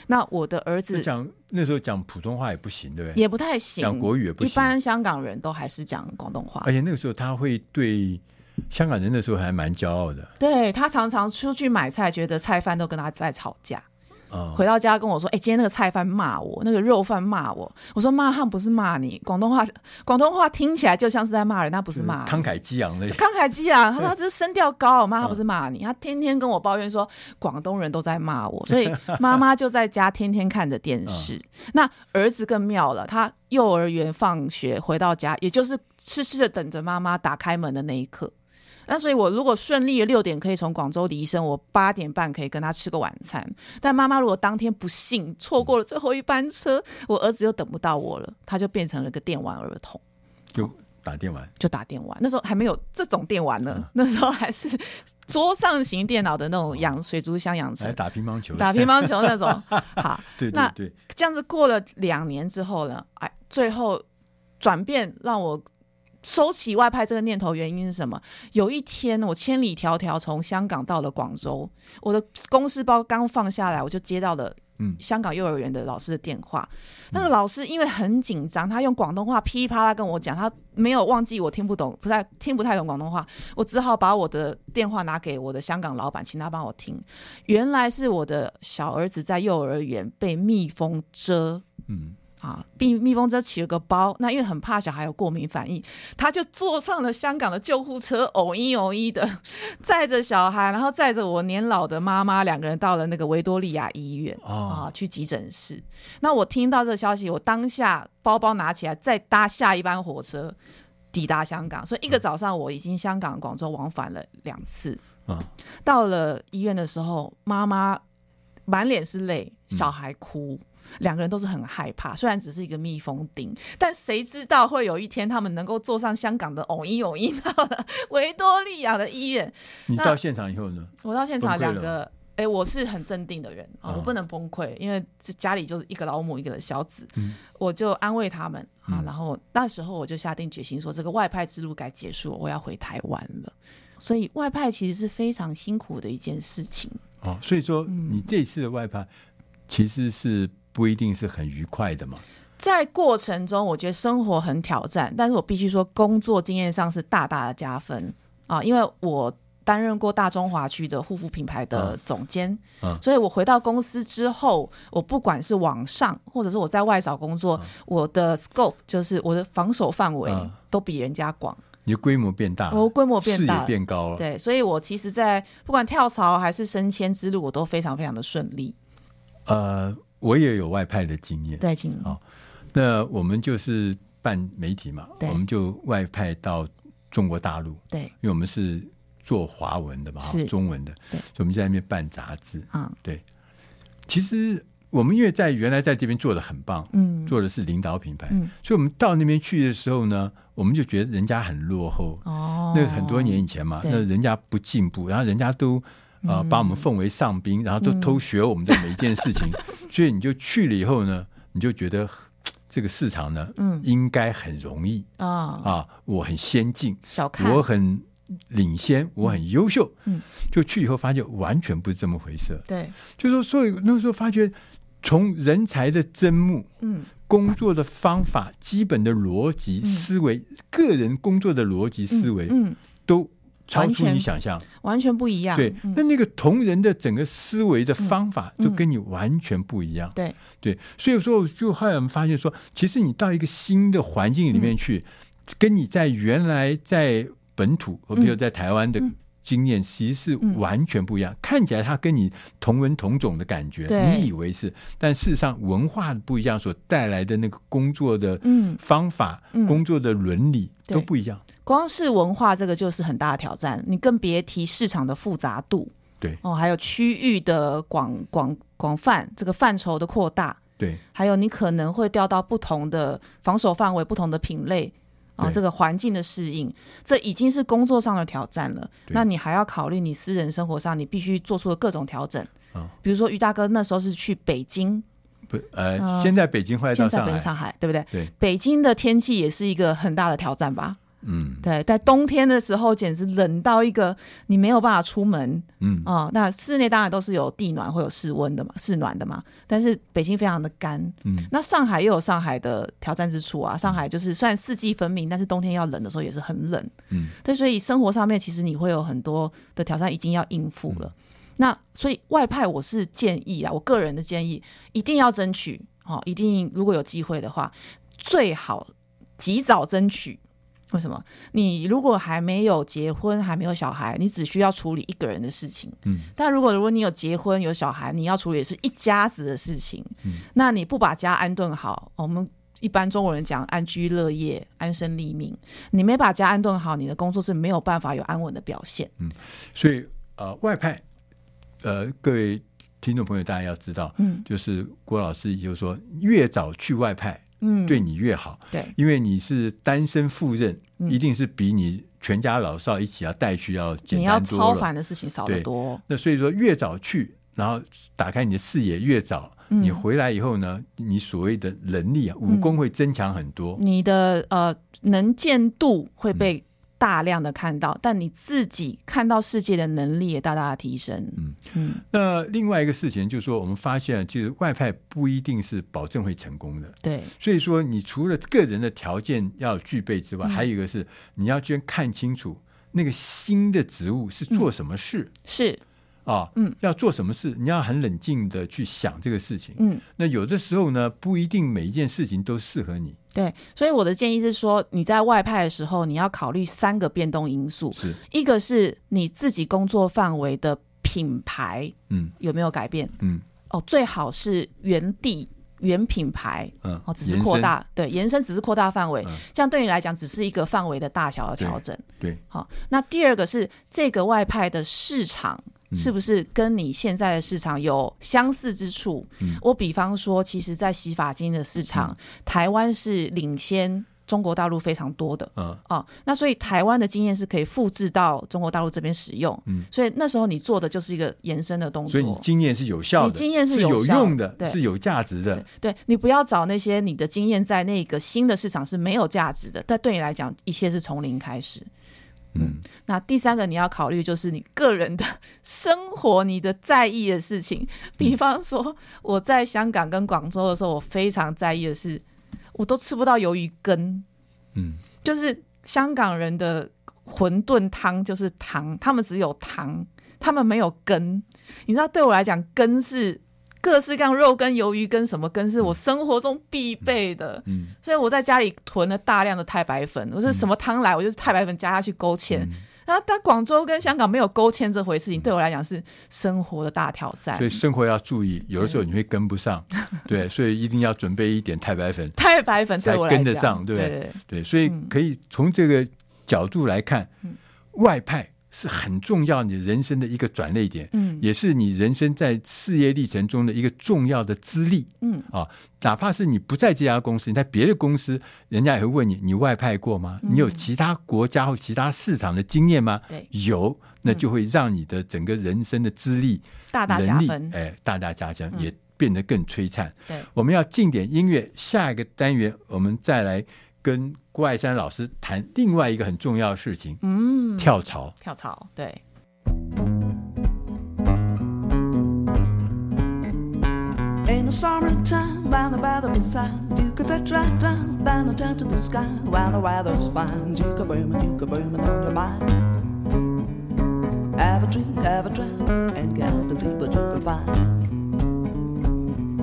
那我的儿
那
子
讲那时候讲普通话也不行，对不对？
也不太行，
讲国语也不行哎
一般香港人都还是讲广东话
而，且那个时候他会对香港人的时候还蛮骄傲的
对他常常出去买菜，觉得菜贩都跟他在吵架。
啊。
回到家跟我说：“哎、今天那个菜贩骂我，那个肉贩骂我。”我说：“骂汉不是骂你，广东话广东话听起来就像是在骂人，那不是骂你。
慷慨激昂的，
慷慨激昂，他说他只是声调高，我妈他不是骂你，他天天跟我抱怨说广东人都在骂我，所以妈妈就在家天天看着电视。那儿子更妙了，他幼儿园放学回到家，也就是痴痴的等着妈妈打开门的那一刻。那所以，我如果顺利六点可以从广州离生，我八点半可以跟他吃个晚餐。但妈妈如果当天不幸错过了最后一班车，我儿子又等不到我了，他就变成了个电玩儿童。
就打电玩。
就打电玩，那时候还没有这种电玩呢，那时候还是 桌上型电脑的那种养水族箱养成
来，哎打乒乓球，
哎打乒乓球那 种。好，
对对
那
对，
这样子过了两年之后呢，哎，最后转变让我收起外派这个念头，原因是什么？有一天我千里迢迢从香港到了广州，我的公事包刚放下来，我就接到了
嗯
香港幼儿园的老师的电话。那个老师因为很紧张，他用广东话噼里啪啦跟我讲，他没有忘记我听不懂，不太听不太懂广东话，我只好把我的电话拿给我的香港老板，请他帮我听。原来是我的小儿子在幼儿园被蜜蜂蛰。
嗯，
啊，蜜蜜蜂蛰起了个包，那因为很怕小孩有过敏反应，他就坐上了香港的救护车，偶一偶一的载着小孩，然后载着我年老的妈妈，两个人到了那个维多利亚医院、
哦
啊，去急诊室。那我听到这个消息，我当下包包拿起来，再搭下一班火车抵达香港，所以一个早上我已经香港、广州往返了两次。
啊，
到了医院的时候，妈妈满脸是泪，
嗯
小孩哭，两、个人都是很害怕。虽然只是一个蜜蜂叮，但谁知道会有一天他们能够坐上香港的偶一偶一到了维多利亚的医院。
你
那
到现场以后呢？
我到现
崩
场
溃了
两个，哎、我是很镇定的人啊、
嗯
我不能崩溃，因为这家里就是一个老母一个小子，
嗯
我就安慰他们
嗯。
啊然后那时候我就下定决心说，这个外派之路该结束了，我要回台湾了。所以外派其实是非常辛苦的一件事情。
哦，所以说
嗯
你这次的外派其实是不一定是很愉快的嘛。
在过程中，我觉得生活很挑战，但是我必须说，工作经验上是大大的加分啊，因为我担任过大中华区的护肤品牌的总监，
嗯
所以我回到公司之后，我不管是往上，或者是我在外找工作，我的 scope 就是我的防守范围
嗯
都比人家广。
你的规模变大了，
我哦规模变大
视野
了
变高了。
对，所以我其实，在不管跳槽还是升迁之路，我都非常非常的顺利。
呃，我也有外派的经验。
对，请
好那我们就是办媒体嘛，
对
我们就外派到中国大陆，
对，
因为我们是做华文的嘛，哈
是
中文的，所
对
以我们在那边办杂志。
嗯
对，其实我们因为在原来在这边做的很棒，
嗯
做的是领导品牌，
嗯
所以我们到那边去的时候呢，我们就觉得人家很落后，
哦
那是很多年以前嘛，
对嗯
那人家不进步，然后人家都呃把我们奉为上宾，然后都偷学我们的每一件事 情，所以你就去了以后呢，你就觉得这个市场呢，
嗯
应该很容易
啊、
啊，我很先进，
小看
我很领先，我很优秀，
嗯，
就去以后发现完全不是这么回事，
对，
就说所以那时候发觉从人才的征募，
嗯。
工作的方法、基本的逻辑
嗯
思维、个人工作的逻辑思维，
嗯，嗯
都超
完
出你
全
想象。
完全不一样。
对，
嗯
那那个同仁的整个思维的方法
嗯
就跟你完全不一样。
对，
对，所以说我就后来我们发现说，其实你到一个新的环境里
嗯
面去，跟你在原来在本土，我比如在台湾的
嗯
经验，其实是
嗯
完全不一样。看起来它跟你同文同种的感觉，
对
你以为是，但事实上文化不一样所带来的那个工作的
嗯
方法、
嗯
工作的伦理
对
都不一样。
光是文化这个就是很大的挑战，你更别提市场的复杂度
对
哦，还有区域的广广广泛这个范畴的扩大，
对
还有你可能会调到不同的防守范围、不同的品类。啊、
对
这个环境的适应，这已经是工作上的挑战了。
对
那你还要考虑你私人生活上，你必须做出的各种调整。
嗯
比如说于大哥那时候是去北京，
不呃，
呃
现在北京后来到
现在
上
北
海，
京上海，对不对？
对，
北京的天气也是一个很大的挑战吧？
嗯
对，在冬天的时候，简直冷到一个你没有办法出门
嗯，
啊、那室内当然都是有地暖，会有室温的嘛，室暖的嘛。但是北京非常的干，
嗯
那上海又有上海的挑战之处啊。上海就是虽然四季分明，但是冬天要冷的时候也是很冷。
嗯，
对，所以生活上面其实你会有很多的挑战已经要应付了。那所以外派，我是建议啊，我个人的建议，一定要争取哦，一定如果有机会的话，最好及早争取。为什么？你如果还没有结婚，还没有小孩，你只需要处理一个人的事情。
嗯，
但如果如果你有结婚有小孩，你要处理的是一家子的事情。嗯，那你不把家安顿好，哦我们一般中国人讲安居乐业、安身立命，你没把家安顿好，你的工作是没有办法有安稳的表现。
所以呃，外派，呃，各位听众朋友，大家要知道，
嗯
就是郭老师就说，越早去外派，
嗯，
对你越好，
对
因为你是单身赴任，
嗯
一定是比你全家老少一起要带去要简
你要
单多
超
了
凡。的事情少
对
得多。
那所以说，越早去，然后打开你的视野越早，
嗯
你回来以后呢，你所谓的能力啊，武功会增强很多。嗯
你的呃能见度会被大量的看到，但你自己看到世界的能力也大大的提升。
嗯
嗯，
那另外一个事情就是说，我们发现其实外派不一定是保证会成功的。
对，
所以说，你除了个人的条件要具备之
嗯
外，还有一个是你要先看清楚那个新的职务是做什么事
是，
啊，
嗯，
要做什么事，你要很冷静的去想这个事情。
嗯，
那有的时候呢，不一定每一件事情都适合你，
对。所以我的建议是说，你在外派的时候，你要考虑三个变动因素，
是，
一个是你自己工作范围的品牌
嗯
有没有改变，
嗯
哦，最好是原地原品牌，
嗯，
哦，只是
延
扩
伸，
大，对，延伸只是扩大范围，
嗯
这样对你来讲只是一个范围的大小的调整。
对，
好、那第二个是这个外派的市场。
嗯
是不是跟你现在的市场有相似之处？
嗯
我比方说，其实，在洗发精的市场，台湾是领先中国大陆非常多的。
嗯
哦，那所以台湾的经验是可以复制到中国大陆这边使用，
嗯
所以那时候你做的就是一个延伸的动
所
作。
以你经验是有效的，
你经验是
是
有效的
用的，
对
是有价值的。
对你不要找那些你的经验在那个新的市场是没有价值的，但对你来讲，一切是从零开始。
嗯，
那第三个你要考虑就是你个人的生活，你的在意的事情。
嗯
比方说，我在香港跟广州的时候，我非常在意的是，我都吃不到鱿鱼羹。
嗯，
就是香港人的馄饨汤就是糖，他们只有糖，他们没有根。你知道，对我来讲，根是各式各样肉根、鱿鱼根、什么根，是我生活中必备的。
嗯，
所以我在家里囤了大量的太白粉，我是什么汤来，我就是太白粉加下去勾芡。
嗯
然后，但广州跟香港没有勾芡这回事情，对我来讲是生活的大挑战
所。以生活要注意，有的时候你会跟不上，
嗯
对，所以一定要准备一点太白粉，
太白粉对
才
我来讲，
跟得上对
对
不对
对
对，所以
嗯
可以从这个角度来看，外派是很重要你人生的一个转捩点，
嗯
也是你人生在事业历程中的一个重要的资历，
嗯
啊，哪怕是你不在这家公司，你在别的公司，人家也会问你，你外派过吗？
嗯
你有其他国家或其他市场的经验吗？
对
有，那
嗯
就会让你的整个人生的资历、
大大加
能力
分嗯
哎，大大加分，也变得更璀璨。
对
我们要进点音乐，下一个单元我们再来跟郭爱山老师谈另外一个很重要的事情——
嗯，
跳槽。
跳槽，对，
In the summertime, by the weather beside, you could touch right down, bend down to the sky, while the weather's fine, you could boom and you could boom and on your mind. Have a drink, have a drink, and get out and see what you can find.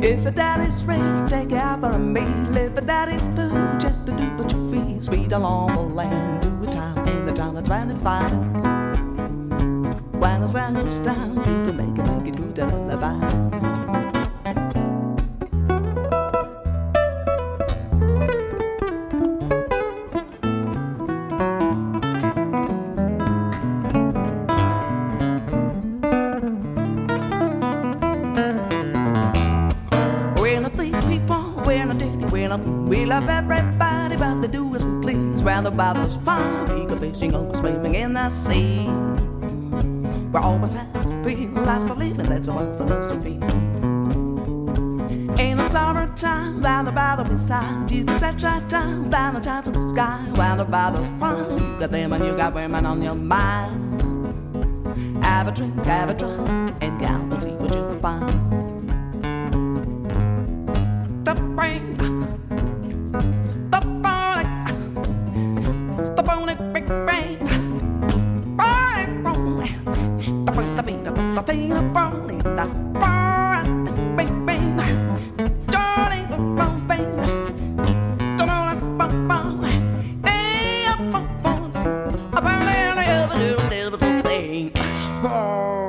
If a daddy's free, take it out for a meal. If a daddy's poor, just to do what you feel. Sweet along the lane, do a time in the town of 25. When the sun goes down, you can make it, make it good and lullaby. We're not the people, we're not dirty, we're not mean. We love everybody, but they do as we please. Rather bothers fun, we go fishing or go swimming in the sea. We're always happy, last for living, that's our philosophy. In the summertime, by the bother beside, you can set right down, by the time to the sky, while the bothers fun. You got them and you got women on your mind. Have a drink, have a drink, and go out and see what you can find the brain. Stop on it. Stop on it, big brain. Brain, brain. The brain, the brain, the brain, the brain, the brain, the brain, the big brain. Johnny, the brain, brain. Don't know that brain, brain. Hey, up, up, up. Up and down, up and down, down, down, down. Oh.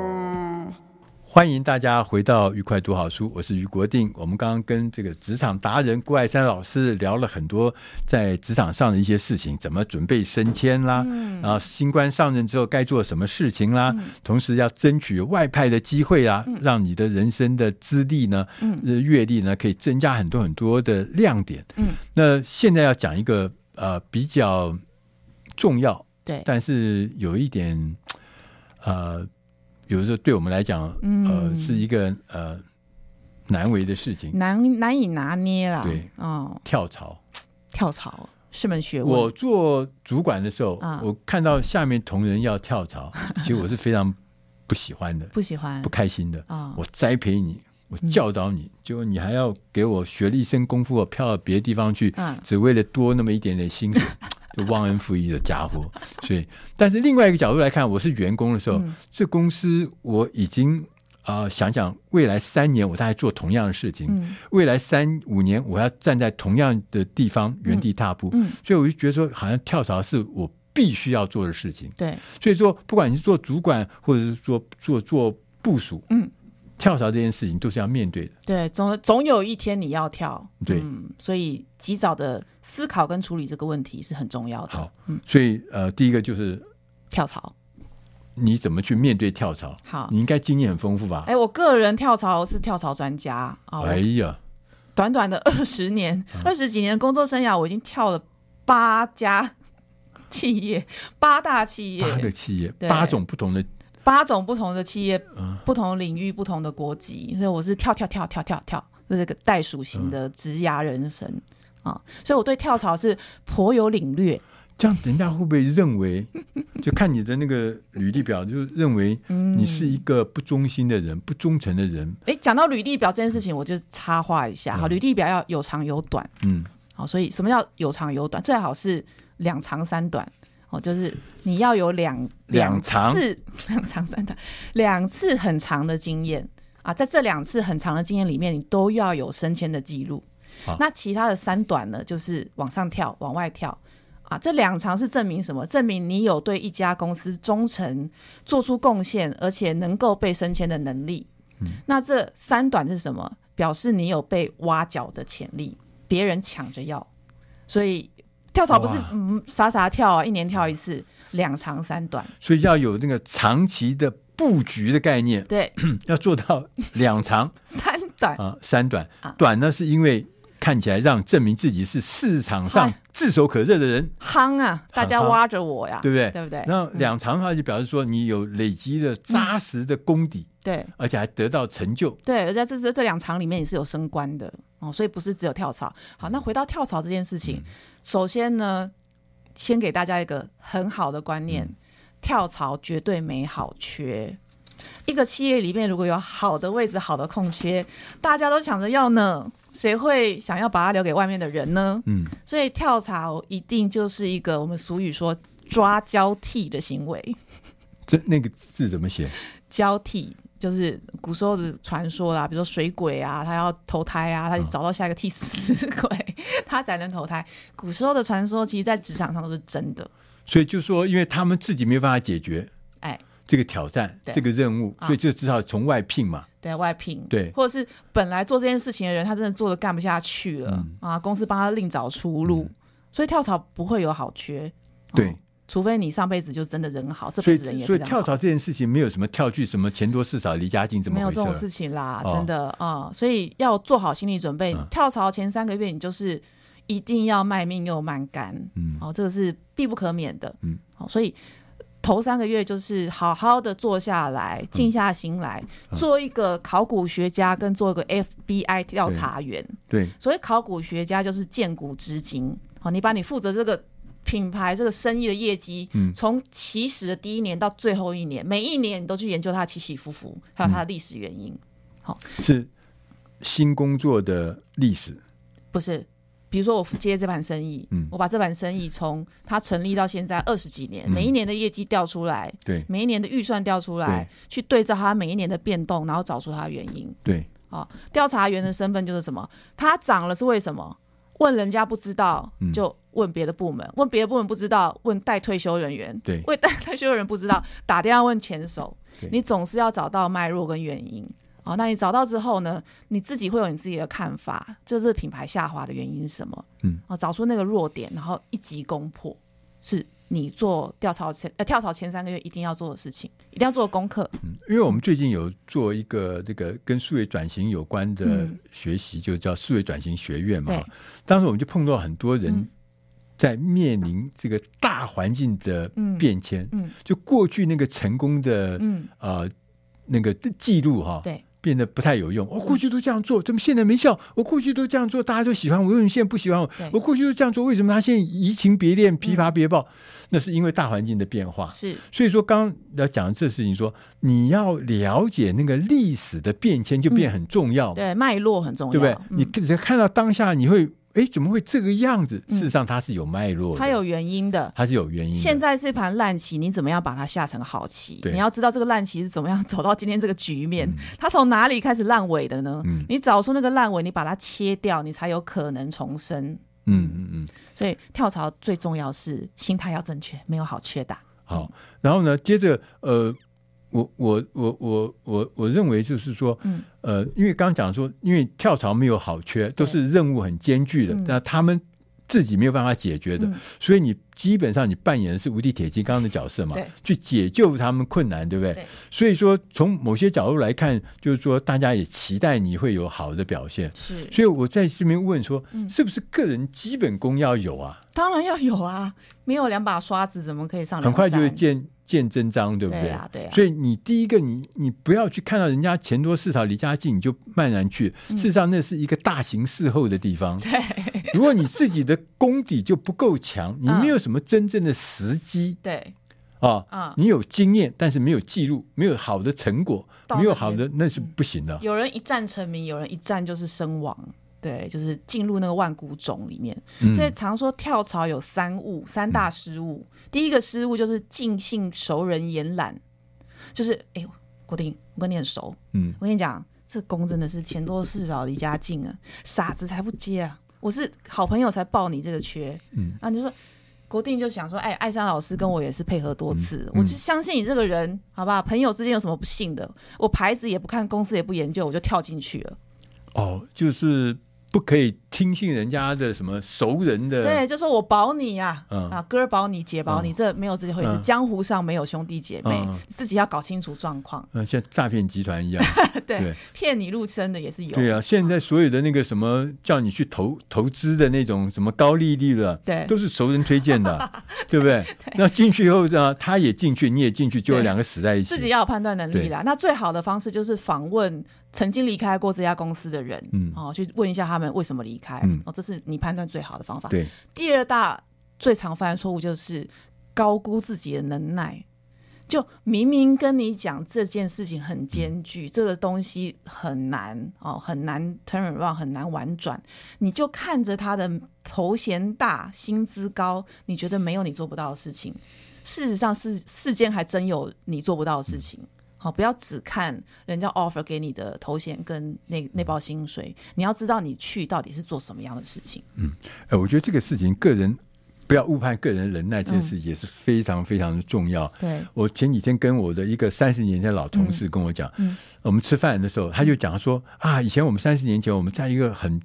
欢迎大家回到愉快读好书，我是于国定。我们刚刚跟这个职场达人郭爱山老师聊了很多在职场上的一些事情，怎么准备升迁啦，然后新官上任之后该做什么事情啦，同时要争取外派的机会啊，让你的人生的资历呢、呃阅历呢，可以增加很多很多的亮点。
嗯，
那现在要讲一个呃比较重要
对，
但是有一点，呃，有的时候对我们来讲，呃，
嗯
是一个呃难为的事情，
难难以拿捏啦。
对
哦，
跳槽。
跳槽是门学问。
我做主管的时候，
啊
我看到下面同仁要跳槽，其实我是非常不喜欢的，
不喜欢
不开心的。
啊嗯
我栽培你，我教导你，结果你还要给我学了一身功夫，我飘到别的地方去，
嗯
只为了多那么一点点 薪水，就忘恩负义的家伙。所以，但是另外一个角度来看，我是员工的时候，
嗯
这公司我已经。啊、想想未来三年我大概做同样的事情，
嗯
未来三五年我要站在同样的地方原地踏步，
嗯
所以我就觉得说，好像跳槽是我必须要做的事情。
对，
所以说，不管你是做主管，或者是做做做部署，
嗯，
跳槽这件事情都是要面对的。
对，总总有一天你要跳，
对
嗯，所以及早的思考跟处理这个问题是很重要的。
好，所以呃，第一个就是
跳槽，
你怎么去面对跳槽。
好
你应该经验很丰富吧？
哎，我个人跳槽是跳槽专家啊，我
哎啊呀，
短短的 二十年、二十几年的工作生涯，我已经跳了八家企业，八大企业，
八个企业，
对
八种不同的，
八种不同的企业，不同领域、不同的国籍，所以我是跳跳跳跳跳跳，这是个袋鼠型的职涯人生啊，所以我对跳槽是颇有领略。
这样人家会不会认 为，就看你的那个履历表，就认为
嗯
你是一个不忠心的人、不忠诚的人？
哎，讲到履历表这件事情，我就插话一下哈，履历表要有长有短，
嗯，
好，所以什么叫有长有短？最好是两长三短。哦，就是你要有两
两长
次两长三短，两次很长的经验啊，在这两次很长的经验里面，你都要有升迁的记录。
好
那其他的三短呢，就是往上跳、往外跳啊。这两长是证明什么？证明你有对一家公司忠诚、做出贡献，而且能够被升迁的能力。
嗯
那这三短是什么？表示你有被挖角的潜力，别人抢着要，所以跳槽不是
哇
嗯傻傻跳啊，一年跳一次，两长三短，
所以要有那个长期的布局的概念，嗯
对，
要做到两长
三短，
啊、三短
啊。
短呢，是因为看起来让证明自己是市场上
嗨
炙手可热的人，
夯啊，大家
夯
挖着我呀，
对不对？
啊对不嗯对？
那两长的话就表示说你有累积了扎实的功底，
对
而且还得到成就。
对，而在这这这两场里面，你是有升官的哦，所以不是只有跳槽。好，那回到跳槽这件事情，首先呢，先给大家一个很好的观念：跳槽绝对没好缺。一个企业里面如果有好的位置、好的空缺，大家都抢着要呢，谁会想要把它留给外面的人呢？
嗯，
所以跳槽一定就是一个我们俗语说抓交替的行为。
这那个字怎么写？
交替，就是古时候的传说啦，比如说水鬼啊，他要投胎啊，他得
嗯
找到下一个替死鬼， 他才能投胎。古时候的传说，其实在职场上都是真的。
所以就说，因为他们自己没有办法解决
哎，
这个挑战、
对
这个任务，
啊
所以就只好从外聘嘛。
对外聘，
对
或者是本来做这件事情的人，他真的做的干不下去了、
嗯
啊，公司帮他另找出路，所以跳槽不会有好缺。哦
对，
除非你上辈子就真的人好，这
所
辈子人
以
也
所以
非常
跳
好
槽这件事情没有什么跳去什么钱多事少离家近这么
没有
回事
这
儿。
种事情啦，
哦
真的啊、所以要做好心理准备。
嗯
跳槽前三个月，你就是一定要卖命又卖肝，
嗯
哦，这个是必不可免的，
嗯，
好、所以头三个月就是好好的坐下
嗯
来，静下心来，做一个考古学家，跟做一个 FBI 调查员。
对，
所谓考古学家，就是见古知今，好、你把你负责这个。品牌这个生意的业绩，
嗯
从起始的第一年到最后一年，每一年你都去研究它的起起伏伏，还有
嗯
它的历史原因。
是新工作的历史。
不是，比如说我接这盘生意，
嗯
我把这盘生意从它成立到现在二十几年，每一年的业绩调出来，
对
每一年的预算调出来，去对照它每一年的变动，然后找出它的原因。
对，
啊，调查员的身份就是什么？它涨了是为什么？问人家不知道，
嗯
就问别的部门；问别的部门不知道，问待退休人员；
对
问待退休人不知道，打电话问前手
对。
你总是要找到脉络跟原因。啊，那你找到之后呢，你自己会有你自己的看法，就是品牌下滑的原因是什么？
嗯，
啊，找出那个弱点，然后一击攻破，是你做调查前呃跳槽前三个月一定要做的事情，一定要做的功课。
因为我们最近有做一个这个跟数位转型有关的
嗯
学习，就叫数位转型学院嘛
对。
当时我们就碰到很多人
嗯
在面临这个大环境的变迁，
嗯嗯
就过去那个成功的、
嗯
呃那个记录哈、
对，嗯
变得不太有用。我过去都这样做，怎么现在没效？我过去都这样做，大家都喜欢我，为什么现在不喜欢我
对？嗯
我过去都这样做，为什么他现在移情别恋、疲乏别抱？那是因为大环境的变化。
是
所以说，刚刚要讲这事情说，你要了解那个历史的变迁，就变很重要嘛。
嗯对脉络很重要，
对不对？你
嗯
只要看到当下，你会哎，怎么会这个样子？
嗯
事实上，它是有脉络的，
它有原因的。
它是有原因的。
现在是盘烂棋，你怎么样把它下成好棋？
对
你要知道这个烂棋是怎么样走到今天这个局面，它从哪里开始烂尾的呢？
嗯
你找出那个烂尾，你把它切掉，你才有可能重生。
嗯嗯嗯，
所以跳槽最重要是心态要正确，没有好缺的。
好。然后呢，接着呃，我我我我我我认为就是说，
嗯
呃，因为刚刚讲说，因为跳槽没有好缺，都是任务很艰巨的
嗯，
那他们自己没有办法解决的
嗯，
所以你基本上你扮演的是无敌铁金刚的角色嘛
对，
去解救他们困难，对不对？
对
所以说，从某些角度来看，就是说大家也期待你会有好的表现。
是嗯
所以我在这边问说，是不是个人基本功要有啊？
当然要有啊，没有两把刷子怎么可以上
很
梁
快就会
山
见见真章，对不
对啊对啊
所以你第一个你，你不要去看到人家钱多事少离家近，你就漫然去。事实上，那是一个大型事后的地方。
嗯对
如果你自己的功底就不够 强，你没有什么真正的时机
对，
啊，
嗯
你有经验，但是没有记录，没有好的成果，
到那
没有
边
好的那是不行的。
有人一战成名，有人一战就是身亡，对，就是进入那个万古冢里面。
嗯
所以常说跳槽有三误，三大失误。第一个失误就是尽信熟人言懒，就是哎、呦，国定，我跟你很熟，
嗯
我跟你讲，这工真的是钱多事少离家近啊，傻子才不接啊！我是好朋友才报你这个缺，
嗯，
啊，你就说国定就想说，哎，艾莎老师跟我也是配合多次，我就相信你这个人，好吧？朋友之间有什么不信的？我牌子也不看，公司也不研究，我就跳进去了。
哦，就是不可以听信人家的什么熟人的，
对，就说我保你啊，
嗯
啊，哥儿保你，姐保你，这没有这回事，
嗯
江湖上没有兄弟姐妹，
嗯
自己要搞清楚状况。
嗯、像诈骗集团一样。对
对，骗你入坑的也是有，
对啊，现在所有的那个什么叫你去投投资的那种什么高利率了，
对
都是熟人推荐 的，对不对？那进去以后呢，他也进去，你也进去，就
对
两个死在一起。
自己要有判断能力啦。那最好的方式就是访问曾经离开过这家公司的人，
嗯
哦，去问一下他们为什么离开，
嗯
哦，这是你判断最好的方法。
对，
第二大最常犯的错误就是高估自己的能耐。就明明跟你讲这件事情很艰巨，这个东西很难哦，很难 turn around，很难婉转，你就看着他的头衔大、薪资高，你觉得没有你做不到的事情。事实上是世间还真有你做不到的事情。好，不要只看人家 offer 给你的头衔跟那那包薪水，你要知道你去到底是做什么样的事情。
哎，我觉得这个事情，个人不要误判个人能耐，这件事也是非常非常的重要。
对
我前几天跟我的一个三十年前的老同
嗯
事跟我讲，我们吃饭的时候，他就讲说啊，以前我们三十年前我们在一个很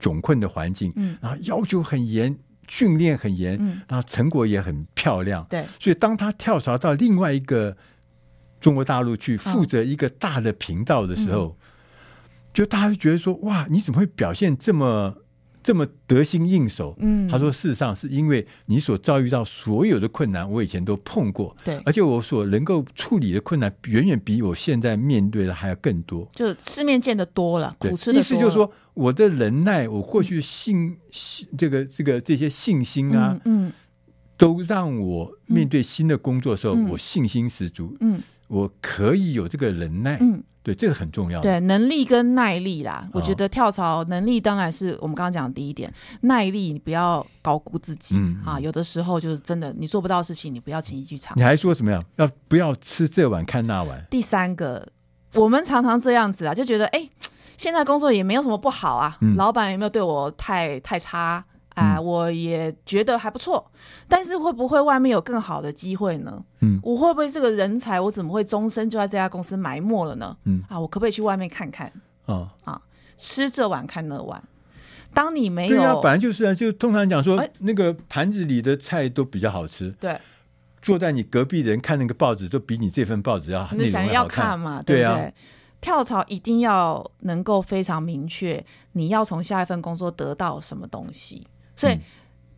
窘困的环境，
嗯
然后要求很严，训练很严，
嗯
然后成果也很漂亮，
对，
所以当他跳槽到另外一个中国大陆去负
嗯
责一个大的频道的时候，就大家就觉得说哇，你怎么会表现这么？这么得心应手，
嗯
他说：“事实上是因为你所遭遇到所有的困难，我以前都碰过，
对
而且我所能够处理的困难，远远比我现在面对的还要更多。
就吃面见的多了，
对
苦吃的多
意
了
思就是，说，我的能耐，我过去信、信这个这个这些信心啊，
嗯嗯
都让我面对新的工作的时候，
嗯
我信心十足，
嗯
我可以有这个能耐。
嗯，
对，这个很重要。，
对，能力跟耐力啦，我
哦
觉得跳槽能力当然是我们刚刚讲的第一点，耐力你不要高估自己
嗯
啊，有的时候就是真的你做不到的事情，你不要轻易去尝
你。还说什么呀？要不要吃这碗看那碗？
第三个，我们常常这样子啊，就觉得哎、现在工作也没有什么不好啊，
嗯
老板也没有对我太太差啊、我也觉得还不错。但是会不会外面有更好的机会呢？
嗯
我会不会这个人才，我怎么会终身就在这家公司埋没了呢？
嗯
啊，我可不可以去外面看看，
啊、
吃这碗看那碗？当你没
对
有、
啊，本来就是啊，就通常讲说
哎，
那个盘子里的菜都比较好吃，
对
坐在你隔壁的人看那个报纸，都比你这份报纸要
你
内
想
容
要
好看
嘛，
对
不对？
啊
跳槽一定要能
嗯
够非常明确，你要从下一份工作得到什么东西。所以，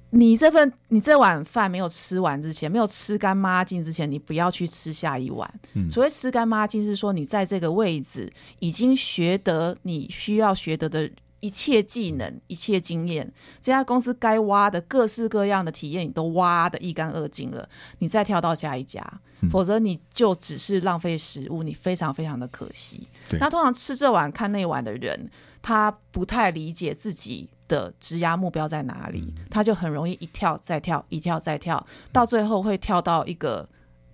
你这份你这碗饭没有吃完之前，没有吃干抹净之前，你不要去吃下一碗。
嗯
所谓吃干抹净，是说你在这个位置已经学得你需要学得的一切技能、一切经验，这家公司该挖的各式各样的体验，你都挖得一干二净了，你再跳到下一家，
嗯
否则你就只是浪费食物，你非常非常的可惜
对。
那通常吃这碗看那碗的人，他不太理解自己的职涯目标在哪里，
嗯
他就很容易一跳再跳，一跳再跳，到最后会跳到一个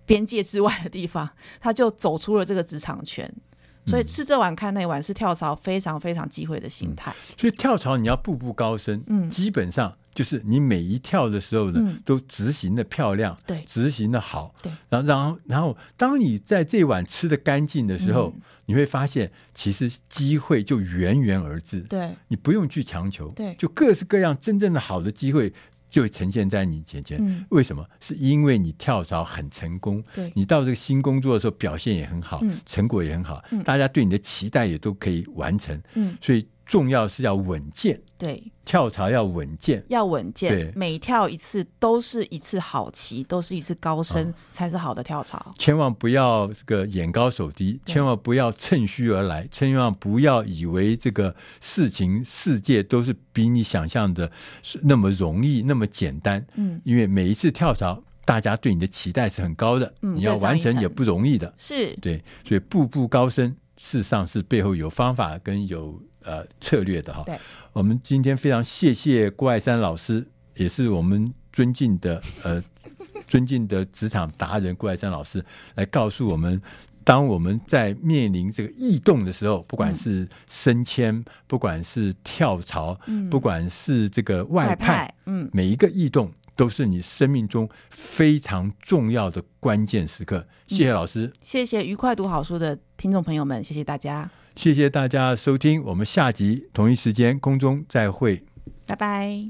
边界之外的地方，他就走出了这个职场圈。
嗯
所以吃这碗看那碗是跳槽非常非常忌讳的心态。
所以跳槽你要步步高升，
嗯
基本上就是你每一跳的时候呢，
嗯
都执行的漂亮，
对
执行的好，
对，
然后然后然后，当你在这碗吃的干净的时候，
嗯
你会发现其实机会就源源而至，
对，
你不用去强求，
对
就各式各样真正的好的机会。就会呈现在你眼前，
嗯
为什么？是因为你跳槽很成功，
对
你到这个新工作的时候表现也很好，
嗯
成果也很好，
嗯
大家对你的期待也都可以完成，
嗯，
所以重要是要稳健，
对，
跳槽要稳健。
要稳
对
健，每跳一次都是一次好棋，都是一次高
哦
升，才是好的跳槽。
千万不要这个眼高手低，
对
千万不要趁虚而来，千万不要以为这个事情世界都是比你想象的是那么容易、那么简单。
嗯，
因为每一次跳槽，大家对你的期待是很高的，
嗯
你要
更上
完
一层
成也不容易的。
是，
对，所以步步高升，事实上是背后有方法跟有呃策略的哈。
对，
我们今天非常谢谢郭爱山老师，也是我们尊敬的呃尊敬的职场达人郭爱山老师，来告诉我们。当我们在面临这个异动的时候，不
嗯
管是升迁，不管是跳槽，
嗯
不管是这个外
外
派
派，嗯
每一个异动都是你生命中非常重要的关键时刻。谢
嗯
谢老师，
谢谢愉快读好书的听众朋友们，谢谢大家，
谢谢大家收听，我们下集同一时间空中再会。
拜拜。